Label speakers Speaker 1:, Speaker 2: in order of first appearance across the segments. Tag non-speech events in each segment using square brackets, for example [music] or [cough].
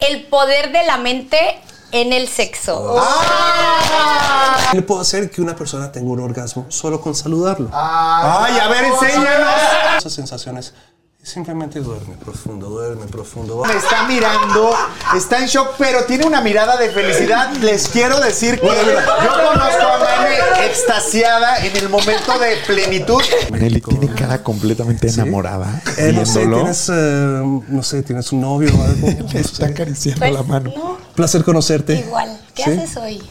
Speaker 1: El poder de la mente en el sexo.
Speaker 2: Ah.
Speaker 1: Ah,
Speaker 3: Yo puedo hacer que una persona tenga un orgasmo solo con saludarlo.
Speaker 4: Ah.
Speaker 2: Ay, a ver, enséñanos.
Speaker 3: Esas sensaciones. Simplemente duerme profundo, duerme profundo.
Speaker 4: Ah.
Speaker 2: Me está mirando, está en shock, pero tiene una mirada de felicidad. Les quiero decir que yo conozco a Mane extasiada en el momento de plenitud.
Speaker 4: Nelly tiene cara completamente enamorada.
Speaker 3: Eh, no sé,
Speaker 4: viéndolo.
Speaker 3: tienes, eh, no sé, tienes un novio o
Speaker 4: [laughs]
Speaker 3: algo. No
Speaker 4: Le
Speaker 3: sé.
Speaker 4: está acariciando la mano.
Speaker 1: Pues, No,
Speaker 3: Placer conocerte.
Speaker 1: igual. ¿Qué
Speaker 3: ¿Sí?
Speaker 1: haces hoy?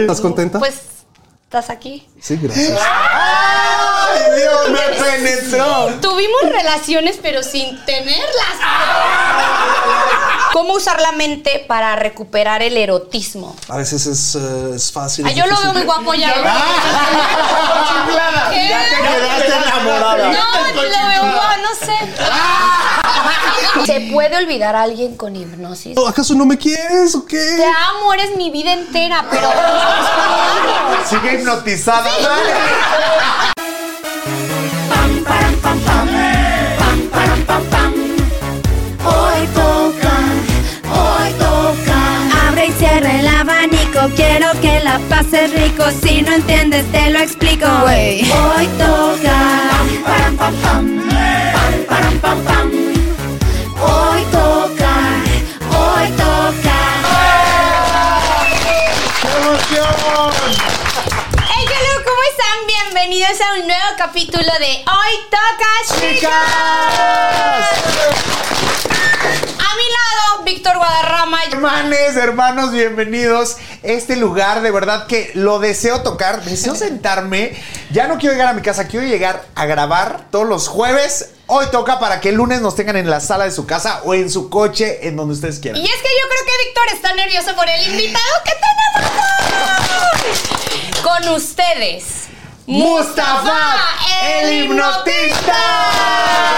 Speaker 3: ¿Estás contenta?
Speaker 1: Pues estás aquí.
Speaker 3: sí, gracias.
Speaker 2: ¡Ay, Dios, me penetró!
Speaker 1: Tuvimos relaciones, pero sin tenerlas. ¿Cómo usar la mente para recuperar el erotismo?
Speaker 3: A veces es, eh, es fácil.
Speaker 1: Ah,
Speaker 3: es
Speaker 1: yo lo
Speaker 3: difícil.
Speaker 1: veo muy guapo ya. ¿Qué?
Speaker 2: [laughs] Ya te quedaste enamorada.
Speaker 1: No, lo veo guapo, no sé.
Speaker 2: [laughs]
Speaker 1: ¿Se puede olvidar a alguien con hipnosis?
Speaker 3: Oh, ¿Acaso no me quieres o
Speaker 1: Te
Speaker 3: qué?
Speaker 1: amo, eres mi vida entera, pero...
Speaker 2: Sigue hipnotizada. Dale.
Speaker 5: Hoy toca, hoy toca. Abre y cierra el abanico, quiero que la pases rico. Si no entiendes, te lo explico. Hoy toca. Hoy toca, hoy toca.
Speaker 2: ¡Qué emoción!
Speaker 1: Hey, ¿qué tal? ¿Cómo están? Bienvenidos a un nuevo capítulo de Hoy Toca
Speaker 2: ¡Chicas!
Speaker 1: A mi lado, Víctor Guadarrama.
Speaker 2: Hermanes, hermanos, bienvenidos. Este lugar, de verdad que lo deseo tocar, deseo sentarme. Ya no quiero llegar a mi casa, quiero llegar a grabar todos los jueves. Hoy toca para que el lunes nos tengan en la sala de su casa o en su coche, en donde ustedes
Speaker 1: Y
Speaker 2: quieran.
Speaker 1: es que yo creo que Víctor está nervioso por el invitado que tenemos. hoy. Con ustedes.
Speaker 2: Mustafa, el hipnotista.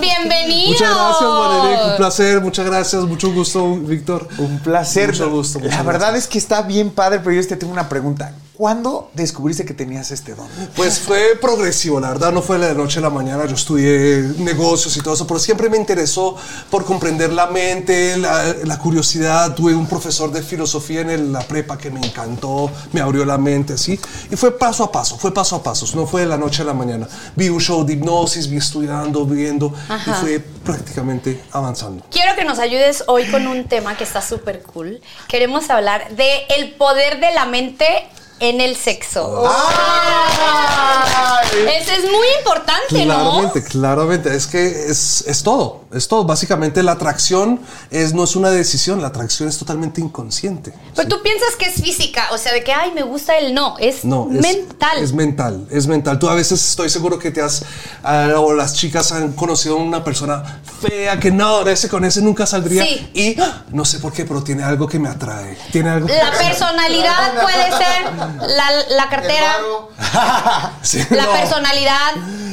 Speaker 1: Bienvenido.
Speaker 3: Muchas gracias, Valeria. Un placer, muchas gracias, mucho gusto, Víctor.
Speaker 2: Un placer.
Speaker 3: Mucho gusto.
Speaker 2: La
Speaker 3: muchas
Speaker 2: verdad
Speaker 3: gracias.
Speaker 2: es que está bien padre, pero yo te tengo una pregunta. ¿Cuándo descubriste que tenías este don?
Speaker 3: Pues fue progresivo, la verdad, no fue de la noche a la mañana, yo estudié negocios y todo eso, pero siempre me interesó por comprender la mente, la, la curiosidad, tuve un profesor de filosofía en el- la prepa que me encantó, me abrió la mente, ¿sí? Y fue paso a paso, fue paso a paso, no fue de la noche a la mañana. Vi un show de hipnosis, vi estudiando, viendo, y fue prácticamente avanzando.
Speaker 1: Quiero que nos ayudes hoy con un tema que está súper cool. Queremos hablar de el poder de la mente en el sexo. Eso es muy importante, ¿no?
Speaker 3: Claramente, claramente. Es que es, es todo, es todo. Básicamente la atracción es, no es una decisión, la atracción es totalmente inconsciente.
Speaker 1: Pero tú piensas que es física, o sea, de que, ay, me gusta él. No, es
Speaker 3: No, es-
Speaker 1: mental.
Speaker 3: Es, mental, es mental. Tú a veces estoy seguro que te has, ah, o las chicas han conocido a una persona fea que no, de ese con ese nunca saldría.
Speaker 1: Sí.
Speaker 3: Y ah, no sé por qué, pero tiene algo que me atrae. Tiene algo.
Speaker 1: La personalidad puede ser la, la cartera,
Speaker 3: [laughs] Sí,
Speaker 1: la
Speaker 3: no.
Speaker 1: personalidad.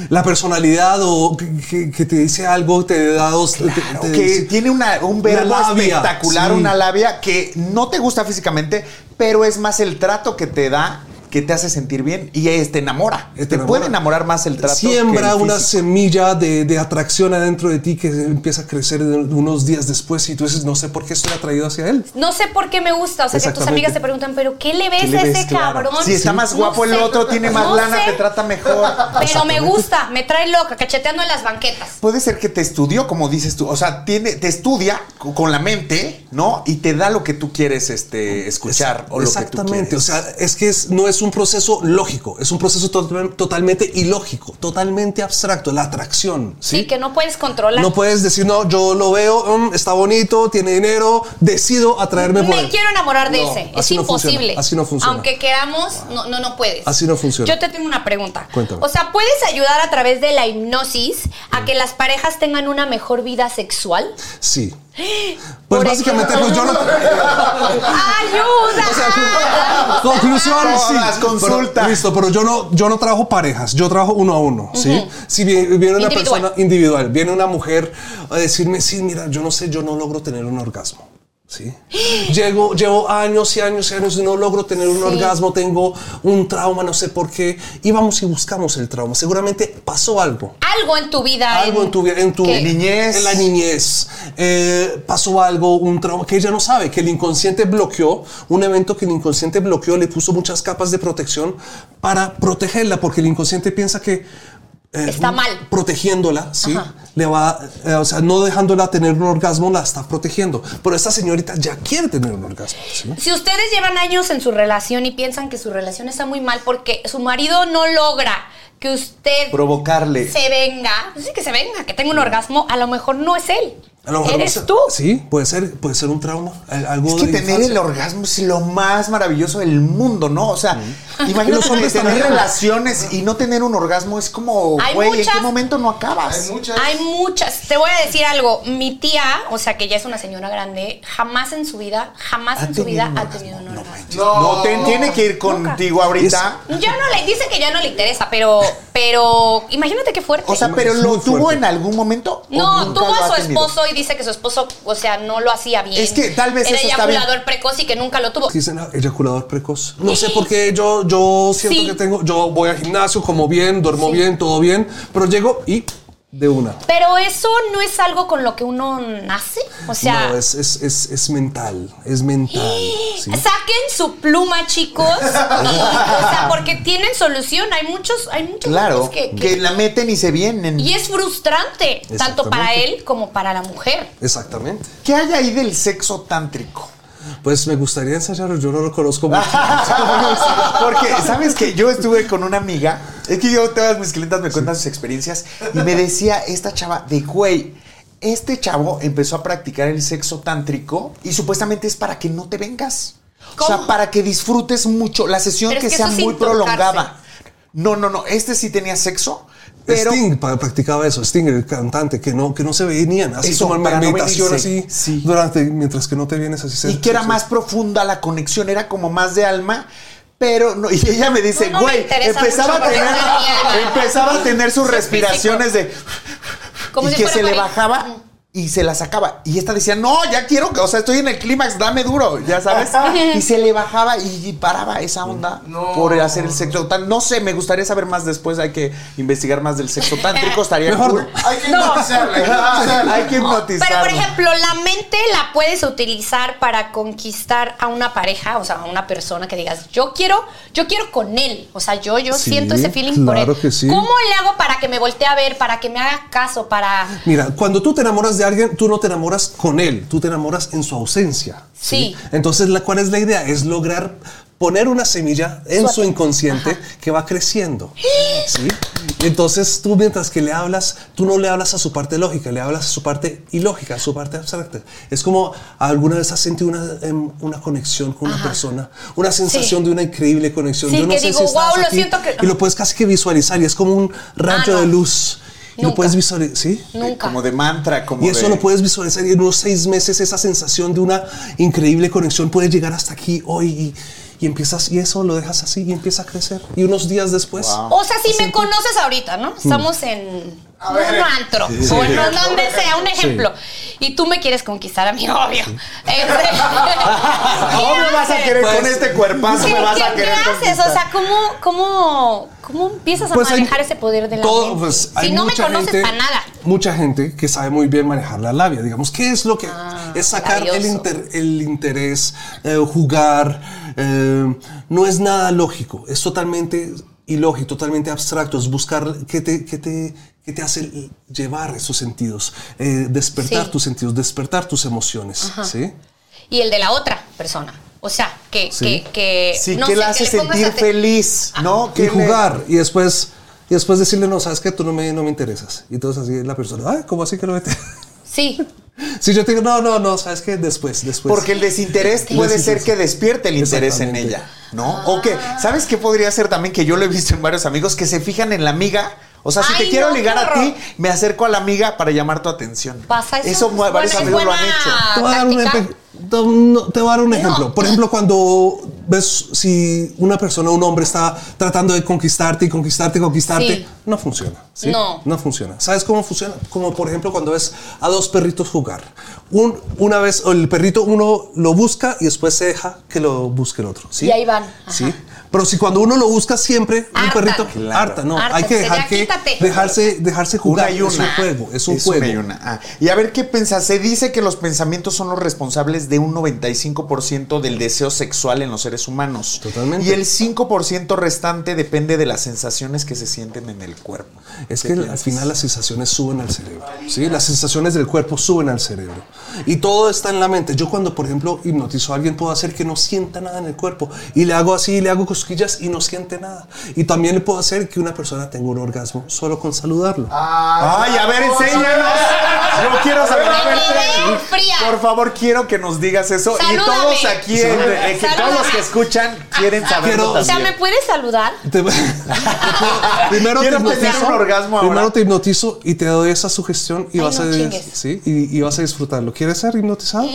Speaker 3: La personalidad o que, que- que te dice algo, te da dos. te- te
Speaker 2: que
Speaker 3: dice-
Speaker 2: tiene una- un verbo
Speaker 3: Una labia,
Speaker 2: espectacular,
Speaker 3: sí.
Speaker 2: una labia que no te gusta físicamente, pero es más el trato que te da que te hace sentir bien y es, te enamora. Te,
Speaker 3: Te enamora.
Speaker 2: puede enamorar más el trato. que
Speaker 3: Siembra
Speaker 2: el
Speaker 3: una
Speaker 2: físico.
Speaker 3: semilla de, de atracción adentro de ti que empieza a crecer de- unos días después y tú dices, no sé por qué estoy atraído hacia él.
Speaker 1: No sé por qué me gusta. O sea, que tus
Speaker 3: Exactamente.
Speaker 1: amigas te preguntan, ¿pero qué le ves
Speaker 3: ¿Qué le
Speaker 1: a
Speaker 3: ves?
Speaker 1: ese
Speaker 3: Claro.
Speaker 1: cabrón?
Speaker 2: Si está más
Speaker 1: No
Speaker 2: guapo el
Speaker 1: sé.
Speaker 2: otro, tiene más
Speaker 1: No
Speaker 2: lana,
Speaker 1: sé,
Speaker 2: te trata mejor.
Speaker 1: Pero me gusta, me trae loca, cacheteando en las banquetas.
Speaker 2: Puede ser que te estudió, como dices tú. O sea, tiene, te estudia co- con la mente, ¿no? Y te da lo que tú quieres este, escuchar o lo que tú
Speaker 3: Exactamente,
Speaker 2: quieres.
Speaker 3: o sea, es que es- no es un proceso lógico, es un proceso to- totalmente ilógico, totalmente abstracto, la atracción. Sí,
Speaker 1: Sí, que no puedes controlar.
Speaker 3: No puedes decir, no, yo lo veo, mm, está bonito, tiene dinero, decido atraerme por
Speaker 1: Me
Speaker 3: él.
Speaker 1: quiero enamorar de
Speaker 3: No,
Speaker 1: ese. Es
Speaker 3: así no funciona,
Speaker 1: imposible.
Speaker 3: así no funciona.
Speaker 1: Aunque queramos, no, no, no puedes.
Speaker 3: Así no funciona.
Speaker 1: Yo te tengo una pregunta.
Speaker 3: Cuéntame. Mm.
Speaker 1: O sea, ¿puedes ayudar a través de la hipnosis a que las parejas tengan una mejor vida
Speaker 3: [laughs]
Speaker 1: sexual? [gasps]
Speaker 3: Sí. Pues
Speaker 1: Por
Speaker 3: básicamente,
Speaker 1: ejemplo.
Speaker 3: pues
Speaker 1: [laughs]
Speaker 3: yo no.
Speaker 1: ¡Ayuda!
Speaker 3: Conclusión, sí.
Speaker 2: Todas, consulta.
Speaker 3: Pero, listo, pero yo no, yo no trabajo parejas, yo trabajo uno a uno, ¿sí? Si vie- viene una
Speaker 1: Individual.
Speaker 3: persona individual, viene una mujer a decirme, sí, mira, yo no sé, yo no logro tener un orgasmo. ¿Sí? Llego, llevo años y años y años y no logro tener un orgasmo, tengo un trauma, no sé por qué. Y vamos y buscamos el trauma. Seguramente pasó algo
Speaker 1: Algo en tu vida.
Speaker 3: algo en tu, vi- en tu
Speaker 1: que-
Speaker 2: Niñez.
Speaker 3: en la niñez, eh, pasó algo, un trauma que ella no sabe, que el inconsciente bloqueó, un evento que el inconsciente bloqueó, le puso muchas capas de protección para protegerla, porque el inconsciente piensa que eh,
Speaker 1: Está mal.
Speaker 3: Protegiéndola, sí. Le va, eh, o sea, no dejándola tener un orgasmo, la está protegiendo. Pero esta señorita ya quiere tener un orgasmo, ¿sí?
Speaker 1: Si ustedes llevan años en su relación y piensan que su relación está muy mal porque su marido no logra que usted
Speaker 2: Provocarle.
Speaker 1: se venga, sí que se venga, que tenga un orgasmo, a lo mejor no es él.
Speaker 3: A lo mejor-
Speaker 1: Eres tú.
Speaker 3: Sí, puede ser, puede ser un trauma, al- algo
Speaker 2: Es que
Speaker 3: de
Speaker 2: tener
Speaker 3: infancia.
Speaker 2: el orgasmo es lo más maravilloso del mundo, ¿no? O sea,
Speaker 3: Los
Speaker 2: imagínate
Speaker 3: hombres
Speaker 2: tener
Speaker 3: también.
Speaker 2: relaciones y no tener un orgasmo es como,
Speaker 1: Hay
Speaker 2: güey, ¿en
Speaker 1: muchas-
Speaker 2: qué momento no acabas?
Speaker 1: Hay muchas. Te voy a decir algo. Mi tía, o sea, que ya es una señora grande, jamás en su vida, jamás en su vida ha tenido un orgasmo.
Speaker 2: No, te- tiene que ir contigo ahorita.
Speaker 1: Ya no le dice que ya no le interesa, pero, pero, imagínate qué fuerte.
Speaker 2: O sea, pero
Speaker 3: Es
Speaker 2: lo
Speaker 3: muy
Speaker 2: tuvo
Speaker 3: fuerte.
Speaker 2: en algún momento. o
Speaker 1: No,
Speaker 2: nunca
Speaker 1: tuvo
Speaker 2: lo
Speaker 1: a
Speaker 2: ha
Speaker 1: su
Speaker 2: tenido?
Speaker 1: esposo y dice que su esposo, o sea, no lo hacía bien.
Speaker 2: Es que tal vez
Speaker 1: Era
Speaker 2: eso está bien.
Speaker 1: eyaculador precoz y que nunca lo tuvo.
Speaker 3: Que dicen ah, eyaculador precoz. No sé por qué yo, yo siento
Speaker 1: Sí.
Speaker 3: que tengo, yo voy al gimnasio, como bien, duermo bien, todo bien, pero llego y de una.
Speaker 1: Pero eso no es algo con lo que uno nace. O sea,
Speaker 3: no, es, es, es, es mental, es mental. ¿sí?
Speaker 1: saquen su pluma, chicos. y, o sea, porque tienen solución. Hay muchos, hay muchos
Speaker 2: Claro,
Speaker 1: hombres que, que-
Speaker 2: que la meten y se vienen.
Speaker 1: y es frustrante, tanto para él como para la mujer.
Speaker 3: Exactamente.
Speaker 2: ¿Qué hay ahí del sexo tántrico?
Speaker 3: Pues me gustaría ensayarlo, yo no lo conozco mucho.
Speaker 2: [laughs] Porque, ¿sabes que Yo estuve con una amiga, es que yo todas mis clientas me cuentan sus experiencias, y me decía esta chava de güey. Este chavo empezó a practicar el sexo tántrico y supuestamente es para que no te vengas. O sea,
Speaker 1: ¿Cómo?
Speaker 2: para que disfrutes mucho la sesión
Speaker 1: Pero es
Speaker 2: que,
Speaker 1: que
Speaker 2: sea
Speaker 1: eso es
Speaker 2: muy
Speaker 1: sin tocarse.
Speaker 2: prolongada. No, no, no. Este sí tenía sexo, [laughs] pero.
Speaker 3: Sting pa- practicaba eso, Sting, el cantante, que no, que no se venían, así
Speaker 2: Eso,
Speaker 3: como en
Speaker 2: para no
Speaker 3: meditación,
Speaker 2: venirse.
Speaker 3: así,
Speaker 2: Sí.
Speaker 3: durante, mientras que no te vienes así.
Speaker 2: y que era más profunda la conexión, era como más de alma. Pero no, y ella me dice,
Speaker 1: No, no me
Speaker 2: güey,
Speaker 1: interesa
Speaker 2: empezaba,
Speaker 1: mucho
Speaker 2: a tener,
Speaker 1: porque no es mi alma".
Speaker 2: empezaba a tener sus
Speaker 1: Su
Speaker 2: respiraciones de.
Speaker 1: Como
Speaker 2: y
Speaker 1: si
Speaker 2: que
Speaker 1: fuera
Speaker 2: se le
Speaker 1: París.
Speaker 2: bajaba y se la sacaba. Y esta decía, no, ya quiero, que- o sea, estoy en el clímax, dame duro, ya sabes. y se le bajaba y paraba esa onda por hacer el sexo tan. No sé, me gustaría saber más después, hay que investigar más del sexo
Speaker 1: [laughs]
Speaker 2: tántrico, estaría
Speaker 3: Mejor
Speaker 2: cool.
Speaker 3: no.
Speaker 2: Hay que hipnotizarla, hay que hipnotizarla.
Speaker 1: Pero, por ejemplo, la mente la puedes utilizar para conquistar a una pareja, o sea, a una persona que digas, yo quiero, yo quiero con él. O sea, yo, yo
Speaker 3: Sí,
Speaker 1: siento ese feeling por
Speaker 3: claro
Speaker 1: él.
Speaker 3: que sí.
Speaker 1: ¿Cómo le hago para que me voltee a ver, para que me haga caso, para.
Speaker 3: Mira, cuando tú te enamoras de alguien, tú no te enamoras con él, tú te enamoras en su ausencia.
Speaker 1: Sí.
Speaker 3: Entonces, la, ¿cuál es la idea? Es lograr poner una semilla en su inconsciente que
Speaker 1: [gasps]
Speaker 3: va creciendo. ¿sí? Entonces, tú mientras que le hablas, tú no le hablas a su parte lógica, le hablas a su parte ilógica, a su parte abstracta. Es como alguna vez has sentido una, em, una conexión con una persona, una sensación de una increíble conexión.
Speaker 1: Sí,
Speaker 3: Yo no
Speaker 1: que
Speaker 3: sé
Speaker 1: digo,
Speaker 3: si estabas
Speaker 1: "Wow, lo
Speaker 3: aquí",
Speaker 1: siento que- Ah,
Speaker 3: Y lo puedes casi que visualizar y es como un rayo
Speaker 1: no.
Speaker 3: de luz. Y lo
Speaker 1: Nunca.
Speaker 3: puedes visualizar, ¿sí?
Speaker 1: Nunca.
Speaker 2: Como de mantra, como
Speaker 3: Y eso
Speaker 2: de-
Speaker 3: lo puedes visualizar y en unos seis meses esa sensación de una increíble conexión puede llegar hasta aquí hoy y, y empiezas y eso lo dejas así y empieza a crecer y unos días después
Speaker 1: O sea, si me conoces ahorita,
Speaker 2: Mm.
Speaker 1: ¿no? Estamos en un antro o en un- donde sea, un ejemplo. Y tú me quieres conquistar a mí, obvio.
Speaker 2: [laughs]
Speaker 1: Este-
Speaker 2: No me vas a querer con este cuerpazo,
Speaker 1: Pues, ¿Qué,
Speaker 2: me vas a
Speaker 1: qué- qué
Speaker 2: querer.
Speaker 1: haces? O
Speaker 2: conquistar.
Speaker 1: sea, ¿cómo, cómo, cómo empiezas a
Speaker 3: Pues hay
Speaker 1: manejar ese poder de la
Speaker 3: todo,
Speaker 1: mente?
Speaker 3: pues, hay
Speaker 1: si no me
Speaker 3: mucha
Speaker 1: conoces
Speaker 3: gente-
Speaker 1: para nada.
Speaker 3: Mucha gente que sabe muy bien manejar la labia, digamos, ¿qué es lo que
Speaker 1: Ah,
Speaker 3: es sacar el,
Speaker 1: labioso.
Speaker 3: inter- el interés, eh, jugar? eh, no es nada lógico, es totalmente ilógico, totalmente abstracto, es buscar qué te, qué te, qué te hace llevar esos sentidos, eh, despertar
Speaker 1: Sí.
Speaker 3: tus sentidos, despertar tus emociones, ¿sí?
Speaker 1: Y el de la otra persona. O sea, que,
Speaker 3: Sí.
Speaker 1: que, que
Speaker 2: Sí,
Speaker 1: no
Speaker 2: que
Speaker 1: sé,
Speaker 2: la hace
Speaker 1: le pongas
Speaker 2: sentir
Speaker 1: ate-
Speaker 2: feliz, ¿no?
Speaker 3: y
Speaker 2: Que le-
Speaker 3: jugar y después y después decirle no sabes que tú no me no me interesas y entonces así la persona ah cómo así que no me inter-?"
Speaker 1: Sí,
Speaker 3: si yo te digo no no no sabes que después después
Speaker 2: Porque el desinterés puede ser que despierte el interés en
Speaker 3: Exactamente.
Speaker 2: ella, ¿no? O que,
Speaker 1: Ah.
Speaker 2: ¿sabes qué podría ser también? Que yo lo he visto en varios amigos que se fijan en la amiga. O sea, si
Speaker 1: Ay,
Speaker 2: te quiero
Speaker 1: no,
Speaker 2: ligar a
Speaker 1: qué horror.
Speaker 2: ti, me acerco a la amiga para llamar tu atención.
Speaker 1: pasa eso.
Speaker 2: Eso
Speaker 1: es
Speaker 2: mu-
Speaker 1: buena-
Speaker 2: varios
Speaker 1: es
Speaker 2: amigos lo han
Speaker 1: buena
Speaker 2: hecho.
Speaker 3: te voy a dar un,
Speaker 1: táctica.
Speaker 3: efe- te- no, te voy a dar un ejemplo. Por ejemplo, cuando ves si una persona, un hombre está tratando de conquistarte y conquistarte y conquistarte,
Speaker 1: Sí.
Speaker 3: no funciona. ¿sí?
Speaker 1: No.
Speaker 3: funciona. ¿Sabes cómo funciona? Como por ejemplo cuando ves a dos perritos jugar. Un, una vez el perrito uno lo busca y después se deja que lo busque el otro. ¿sí?
Speaker 1: Y ahí van. Ajá.
Speaker 3: Sí. Pero si cuando uno lo busca siempre, un
Speaker 1: Hartan.
Speaker 3: perrito
Speaker 2: Claro.
Speaker 3: harta, no.
Speaker 1: Hartan,
Speaker 3: Hay que
Speaker 1: se
Speaker 3: dejar
Speaker 1: ya
Speaker 3: que
Speaker 1: quítate.
Speaker 3: dejarse, dejarse jugar.
Speaker 2: Una y
Speaker 3: Es un
Speaker 2: una.
Speaker 3: juego, es un
Speaker 2: Es
Speaker 3: juego.
Speaker 2: una y una. Ah, y a ver qué piensas. Se dice que los pensamientos son los responsables de un 95% del deseo sexual en los seres humanos.
Speaker 3: Totalmente.
Speaker 2: Y el 5% restante depende de las sensaciones que se sienten en el cuerpo.
Speaker 3: Es
Speaker 2: ¿Qué
Speaker 3: que al
Speaker 2: piensas?
Speaker 3: final las sensaciones suben al cerebro. ¿sí? Las sensaciones del cuerpo suben al cerebro. Y todo está en la mente. Yo cuando, por ejemplo, hipnotizo a alguien, puedo hacer que no sienta nada en el cuerpo. Y le hago así, le hago cosquillas y no siente nada. Y también le puedo hacer que una persona tenga un orgasmo solo con saludarlo.
Speaker 2: Ah. Ay, a ver, [laughs] enséñanos. Yo quiero saber. a ver,
Speaker 1: Me quedé
Speaker 2: te-
Speaker 1: fría.
Speaker 2: Por favor, quiero que nos digas eso. Y
Speaker 1: Salúdame.
Speaker 2: todos aquí, en- eh, que todos los que escuchan quieren saberlo
Speaker 3: Quiero-
Speaker 1: O sea,
Speaker 2: también.
Speaker 1: ¿me puedes saludar?
Speaker 3: [laughs] Te- te puedo- primero te
Speaker 2: Quiero tener
Speaker 3: hipnotizo,
Speaker 2: un orgasmo ahora.
Speaker 3: primero te hipnotizo y te doy esa sugestión y
Speaker 1: Ay,
Speaker 3: vas
Speaker 1: no
Speaker 3: a
Speaker 1: chingues. Eh,
Speaker 3: sí, y, y vas a disfrutarlo. ¿Quieres ser hipnotizado?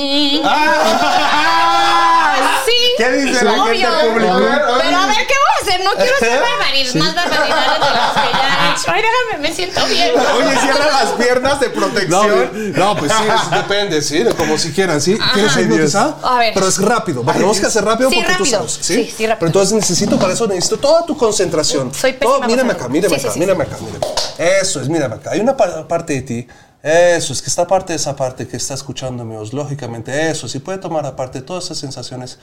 Speaker 2: ¡Ah!
Speaker 1: Sí.
Speaker 2: ¿Qué dice la gente
Speaker 1: obvio.
Speaker 2: del público?
Speaker 1: Pero a ver, ¿qué voy a hacer? No quiero
Speaker 3: ¿Eh?
Speaker 1: hacer barbaridades, más barbaridades de las que ya he hecho. Ay, déjame, me siento bien.
Speaker 2: Oye, cierra las piernas de
Speaker 3: No,
Speaker 2: protección.
Speaker 3: no, pues sí, es- depende, sí, de como si quieran, ¿sí? ¿Quieres ser
Speaker 2: Ay, Dios.
Speaker 3: hipnotizado?
Speaker 1: A ver.
Speaker 3: Pero es rápido, porque tenemos que hacer rápido
Speaker 1: Sí,
Speaker 3: porque tú
Speaker 1: rápido.
Speaker 3: sabes, ¿sí?
Speaker 1: Sí, sí, rápido.
Speaker 3: Pero entonces necesito, para eso necesito toda tu concentración.
Speaker 1: Soy
Speaker 3: Todo-
Speaker 1: pésima
Speaker 3: Oh, Mírame
Speaker 1: gozando.
Speaker 3: acá, mírame
Speaker 1: Sí, sí,
Speaker 3: acá,
Speaker 1: sí.
Speaker 3: mírame acá, mírame. Eso es, mírame acá. Hay una par- parte de ti. Eso, es que esta parte de esa parte que está escuchándome, os lógicamente, eso, si puede tomar aparte todas esas sensaciones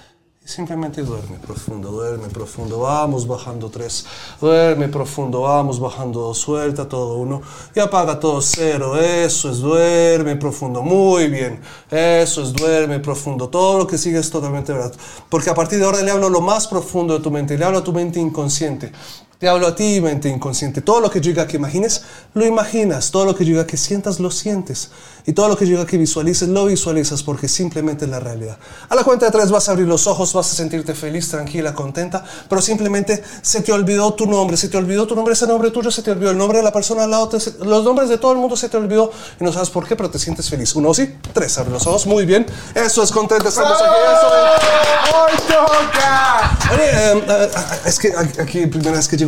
Speaker 3: y simplemente duerme profundo, duerme profundo, vamos bajando tres, duerme profundo, vamos bajando dos, suelta todo uno y apaga todo cero, eso es, duerme profundo, muy bien, eso es, duerme profundo, todo lo que sigue es totalmente verdad, porque a partir de ahora le hablo lo más profundo de tu mente, le hablo a tu mente inconsciente, te hablo a ti, mente inconsciente. Todo lo que yo diga que imagines, lo imaginas. Todo lo que yo diga que sientas, lo sientes. Y todo lo que yo diga que visualices, lo visualizas porque simplemente es la realidad. A la cuenta de tres vas a abrir los ojos, vas a sentirte feliz, tranquila, contenta, pero simplemente se te olvidó tu nombre. Se te olvidó tu nombre, ese nombre tuyo se te olvidó. El nombre de la persona al lado, te- los nombres de todo el mundo se te olvidó y no sabes por qué, pero te sientes feliz. Uno, sí, tres, abre los ojos. Muy bien. Eso es contenta, estamos aquí. Eso es.
Speaker 2: ¡Hoy toca!
Speaker 3: Oye, eh, eh, es que aquí, aquí, primera vez que llegó,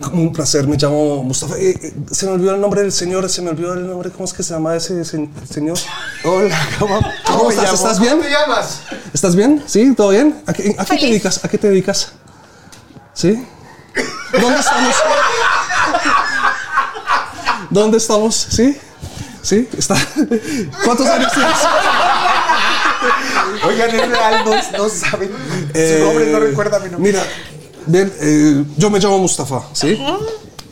Speaker 3: Como un placer, me llamo Mustafa. Eh, eh, se me olvidó el nombre del señor, se me olvidó el nombre, ¿cómo es que se llama ese sen- señor? Hola, ¿cómo, cómo
Speaker 2: me
Speaker 3: estás?
Speaker 2: llamo?
Speaker 3: ¿Estás bien?
Speaker 2: ¿Cómo te llamas?
Speaker 3: ¿Estás bien? ¿Sí? ¿Todo bien? ¿A qué, a qué te
Speaker 1: Feliz.
Speaker 3: dedicas? ¿A qué te dedicas? ¿Sí? ¿Dónde estamos? ¿Dónde estamos? ¿Sí? ¿Sí? ¿Está? [laughs] ¿Cuántos años tienes?
Speaker 2: Oigan, es real, no, no saben.
Speaker 3: Eh,
Speaker 2: Su nombre no recuerda mi nombre.
Speaker 3: Mira, bien, eh, yo me llamo Mustafa, ¿sí?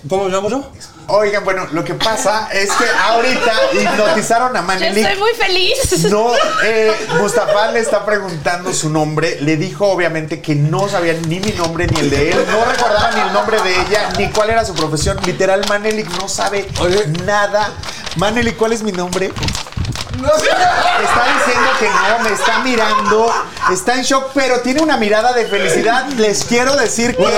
Speaker 3: ¿Cómo me llamo yo?
Speaker 2: Oigan, bueno, lo que pasa es que ahorita hipnotizaron a
Speaker 1: Yo
Speaker 2: Manelik.
Speaker 1: estoy muy [laughs] feliz.
Speaker 2: No, eh, Mustafa le está preguntando su nombre. Le dijo, obviamente, que no sabía ni mi nombre ni el de él. No recordaba ni el nombre de ella, ni cuál era su profesión. Literal, Manelik no sabe
Speaker 3: Oye.
Speaker 2: nada. Manelik, ¿cuál es mi nombre? No sé. Está diciendo que no, me está mirando, está en shock, pero tiene una mirada de felicidad. Les quiero decir que yo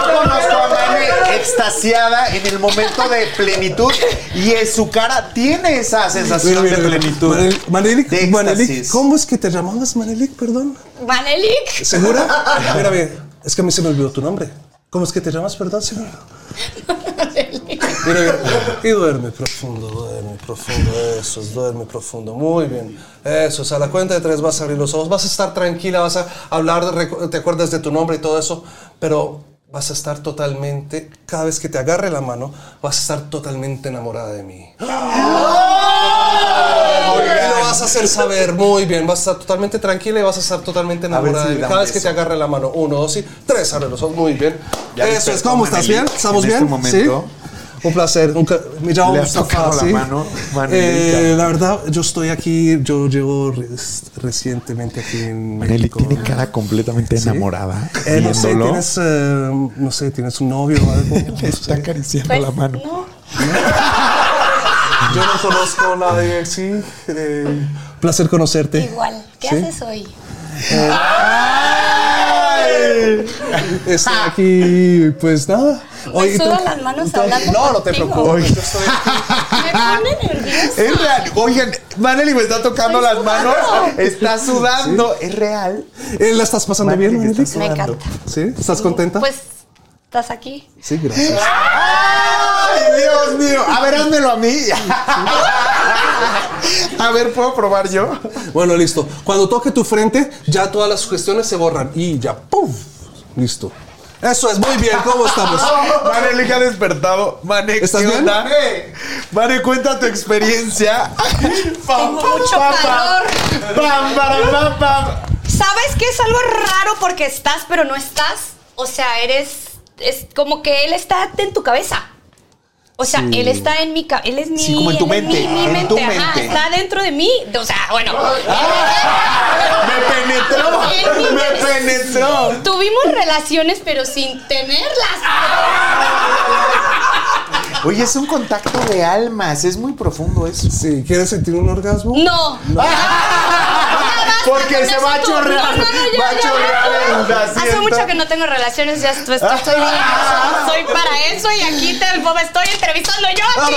Speaker 2: conozco a Mane extasiada en el momento de plenitud y en su cara tiene esa sensación de plenitud.
Speaker 3: Manel- Manelik,
Speaker 2: de
Speaker 3: Manelik,
Speaker 2: éxtasis.
Speaker 3: ¿cómo es que te llamabas Manelik, perdón?
Speaker 1: Manelik,
Speaker 2: [laughs]
Speaker 3: ¿Segura? Mira bien, es que a mí se me olvidó tu nombre. ¿Cómo es que te llamas, perdón, señor? Mira bien. [laughs] Y duerme profundo, duerme profundo, eso es, duerme profundo. Muy bien. Eso es, a la cuenta de tres vas a abrir los ojos, vas a estar tranquila, vas a hablar, de recu- te acuerdas de tu nombre y todo eso, pero vas a estar totalmente, cada vez que te agarre la mano, vas a estar totalmente enamorada de mí.
Speaker 2: ¡Ah!
Speaker 3: Y lo vas a hacer saber muy bien. Vas a estar totalmente tranquila y vas a estar totalmente enamorada.
Speaker 2: si
Speaker 3: de
Speaker 2: le
Speaker 3: mí.
Speaker 2: dan
Speaker 3: Cada vez que
Speaker 2: beso.
Speaker 3: te agarre la mano, uno, dos y tres, abre los ojos. Muy bien. Eso es.
Speaker 2: despertó
Speaker 3: ¿Cómo estás?
Speaker 2: Manelik
Speaker 3: ¿Bien? ¿Estamos
Speaker 2: en
Speaker 3: bien?
Speaker 2: este momento.
Speaker 3: Sí. Un placer. Un ca- me llamo
Speaker 2: Le has
Speaker 3: Mustafa,
Speaker 2: tocado la
Speaker 3: ¿sí?
Speaker 2: mano, Manelita.
Speaker 3: Eh, la verdad, yo estoy aquí, yo llevo res- recientemente aquí en
Speaker 4: Nelly
Speaker 3: México.
Speaker 4: tiene cara completamente enamorada.
Speaker 3: Eh, no sé,
Speaker 4: viéndolo.
Speaker 3: tienes, eh, no sé, tienes un novio o
Speaker 4: [laughs]
Speaker 3: algo.
Speaker 4: Le está acariciando la
Speaker 3: Ah,
Speaker 4: mano.
Speaker 3: Yo no conozco a nadie, sí. Eh, placer conocerte.
Speaker 1: igual. ¿Qué
Speaker 3: ¿Sí?
Speaker 1: haces hoy?
Speaker 3: Estoy aquí, pues nada. Oye,
Speaker 1: Ah. Me
Speaker 3: ¿y tú?
Speaker 1: sudan las manos
Speaker 3: Entonces,
Speaker 1: hablando
Speaker 3: No, no te
Speaker 1: contigo.
Speaker 3: preocupes. yo estoy
Speaker 1: Me pone nerviosa.
Speaker 2: Es real. Oigan, Maneli me está tocando
Speaker 1: Estoy
Speaker 2: las manos,
Speaker 1: sudando.
Speaker 2: está sudando. Es real.
Speaker 3: aquí. Eh, ¿La estás pasando
Speaker 2: Maneli,
Speaker 3: bien,
Speaker 2: que
Speaker 3: Manelik?
Speaker 2: está
Speaker 1: Me
Speaker 2: sudando.
Speaker 1: encanta.
Speaker 3: ¿Sí? ¿Estás contenta?
Speaker 1: Pues, estás aquí.
Speaker 3: Sí, gracias.
Speaker 2: ¡Ay, Dios mío! A ver, házmelo a mí. [laughs] A ver, ¿puedo probar yo?
Speaker 3: Bueno, listo. Cuando toque tu frente, ya todas las cuestiones se borran. Y ya, ¡pum! Listo. Eso es, muy bien. ¿Cómo estamos?
Speaker 2: Mane, hija despertado. Mane,
Speaker 3: ¿Estás
Speaker 2: ¿qué
Speaker 3: bien?
Speaker 2: onda? Mane, cuenta tu experiencia.
Speaker 1: Tengo mucho calor.
Speaker 2: Pam, para, pam, pam.
Speaker 1: ¿Sabes qué? Es algo raro porque estás, pero no estás. O sea, eres. Es como que él está en tu cabeza. O sea, él está en mi cabeza. Él es mi.
Speaker 2: Sí, como en tu
Speaker 1: él es
Speaker 2: mente,
Speaker 1: mi- mi
Speaker 2: en tu
Speaker 1: mente, ajá,
Speaker 2: mente.
Speaker 1: está dentro de mí. O sea, bueno.
Speaker 2: Ah. Me
Speaker 1: Él
Speaker 2: penetró.
Speaker 1: vive-
Speaker 2: Me penetró.
Speaker 1: Tuvimos relaciones, pero sin tenerlas.
Speaker 2: Oye, es un contacto de almas. Es muy profundo eso.
Speaker 3: Sí, ¿quieres sentir un orgasmo?
Speaker 1: No.
Speaker 2: [laughs] Porque
Speaker 1: con
Speaker 2: se
Speaker 1: eso
Speaker 2: va a
Speaker 1: tú- no,
Speaker 2: chorrear.
Speaker 1: no, no, ya,
Speaker 2: va a
Speaker 1: ya,
Speaker 2: chorrear el
Speaker 1: Hace
Speaker 2: asiento.
Speaker 1: mucho que no tengo relaciones, ya estoy,
Speaker 2: [laughs]
Speaker 1: estoy, estoy-
Speaker 2: Ah.
Speaker 1: soy para eso y aquí te me estoy entrevistando yo. aquí.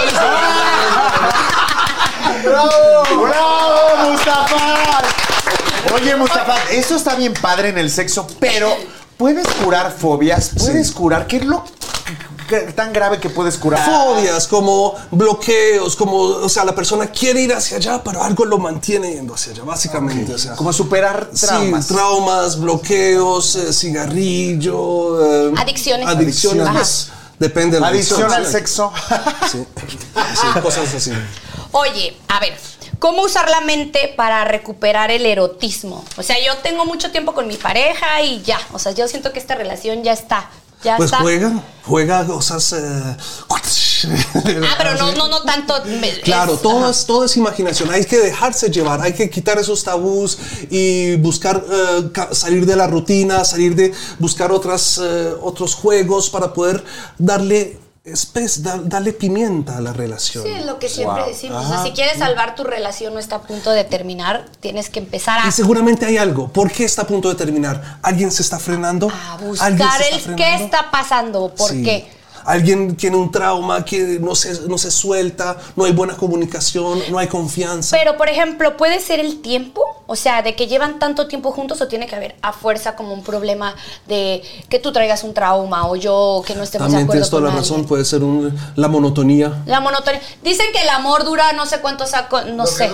Speaker 2: ¡Bravo! ¡Bravo, Mustafa! Oye, Mustafa, eso está bien padre en el sexo, pero puedes curar fobias, puedes curar. ¿Qué es lo que- tan grave que puedes curar?
Speaker 3: Fobias, como bloqueos, como, o sea, la persona quiere ir hacia allá, pero algo lo mantiene yendo hacia allá, básicamente. O sea,
Speaker 2: Como superar traumas.
Speaker 3: Sí, traumas, bloqueos, eh, cigarrillo. eh,
Speaker 1: Adicciones.
Speaker 3: Adicciones.
Speaker 1: Adicciones.
Speaker 3: Depende de la
Speaker 2: Adicción al
Speaker 3: sí.
Speaker 2: sexo.
Speaker 3: Sí. Sí, cosas así.
Speaker 1: [laughs] Oye, a ver, ¿cómo usar la mente para recuperar el erotismo? O sea, yo tengo mucho tiempo con mi pareja y ya. O sea, yo siento que esta relación ya está. Ya
Speaker 3: Pues
Speaker 1: está.
Speaker 3: juega, juega cosas. eh,
Speaker 1: Ah, pero
Speaker 3: [laughs]
Speaker 1: no, no, no tanto. me-
Speaker 3: Claro,
Speaker 1: es-
Speaker 3: todo
Speaker 1: ajá.
Speaker 3: es, todo es imaginación. Hay que dejarse llevar, hay que quitar esos tabús y buscar eh, ca- salir de la rutina, salir de buscar otras, eh, otros juegos para poder darle espes- da- darle pimienta a la relación.
Speaker 1: Sí, es lo que siempre decimos. O
Speaker 3: Ah,
Speaker 1: sea, si quieres salvar tu relación no está a punto de terminar, tienes que empezar a,
Speaker 3: Y seguramente hay algo. ¿Por qué está a punto de terminar? ¿Alguien se está frenando?
Speaker 1: a
Speaker 3: ¿Alguien
Speaker 1: buscar
Speaker 3: se
Speaker 1: el qué
Speaker 3: frenando?
Speaker 1: está pasando, por
Speaker 3: Sí.
Speaker 1: qué.
Speaker 3: Alguien tiene un trauma que no se, no se suelta, no hay buena comunicación, no hay confianza.
Speaker 1: Pero, por ejemplo, ¿puede ser el tiempo? O sea, de que llevan tanto tiempo juntos o tiene que haber a fuerza como un problema de que tú traigas un trauma o yo que no estemos de
Speaker 3: También
Speaker 1: acuerdo
Speaker 3: tienes toda
Speaker 1: con
Speaker 3: la
Speaker 1: alguien?
Speaker 3: razón, pues. puede ser un- la monotonía.
Speaker 1: La monotonía. Dicen que el amor dura no sé cuánto saco, no sé.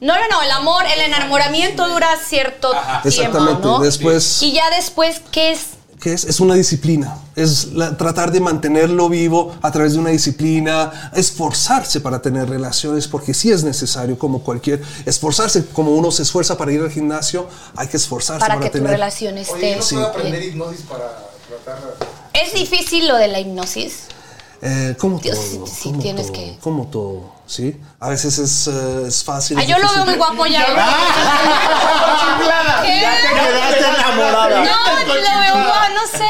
Speaker 1: No, no, no, el amor, el enamoramiento dura cierto tiempo,
Speaker 3: Exactamente,
Speaker 1: ¿no?
Speaker 3: después-
Speaker 1: Y ya después, ¿qué es?
Speaker 3: ¿Qué es? Es una disciplina. Es la- tratar de mantenerlo vivo a través de una disciplina, esforzarse para tener relaciones, porque sí es necesario, como cualquier. Esforzarse, como uno se esfuerza para ir al gimnasio, hay que
Speaker 2: Ah,
Speaker 3: esforzarse para,
Speaker 1: Para que tu
Speaker 3: tener.
Speaker 1: relación esté... bien.
Speaker 6: hipnosis para tratar.
Speaker 1: Es difícil lo de la hipnosis.
Speaker 3: Eh, como
Speaker 1: Dios,
Speaker 3: todo.
Speaker 1: sí,
Speaker 3: como
Speaker 1: tienes
Speaker 3: todo,
Speaker 1: que-
Speaker 3: Como todo, ¿sí? A veces es, eh, es fácil.
Speaker 1: Ah,
Speaker 3: es
Speaker 1: yo lo
Speaker 3: difícil.
Speaker 1: veo muy guapo ya.
Speaker 2: Chiflada.
Speaker 1: ¿Qué?
Speaker 2: Ya te quedaste enamorada.
Speaker 1: No, lo veo guapo, no sé.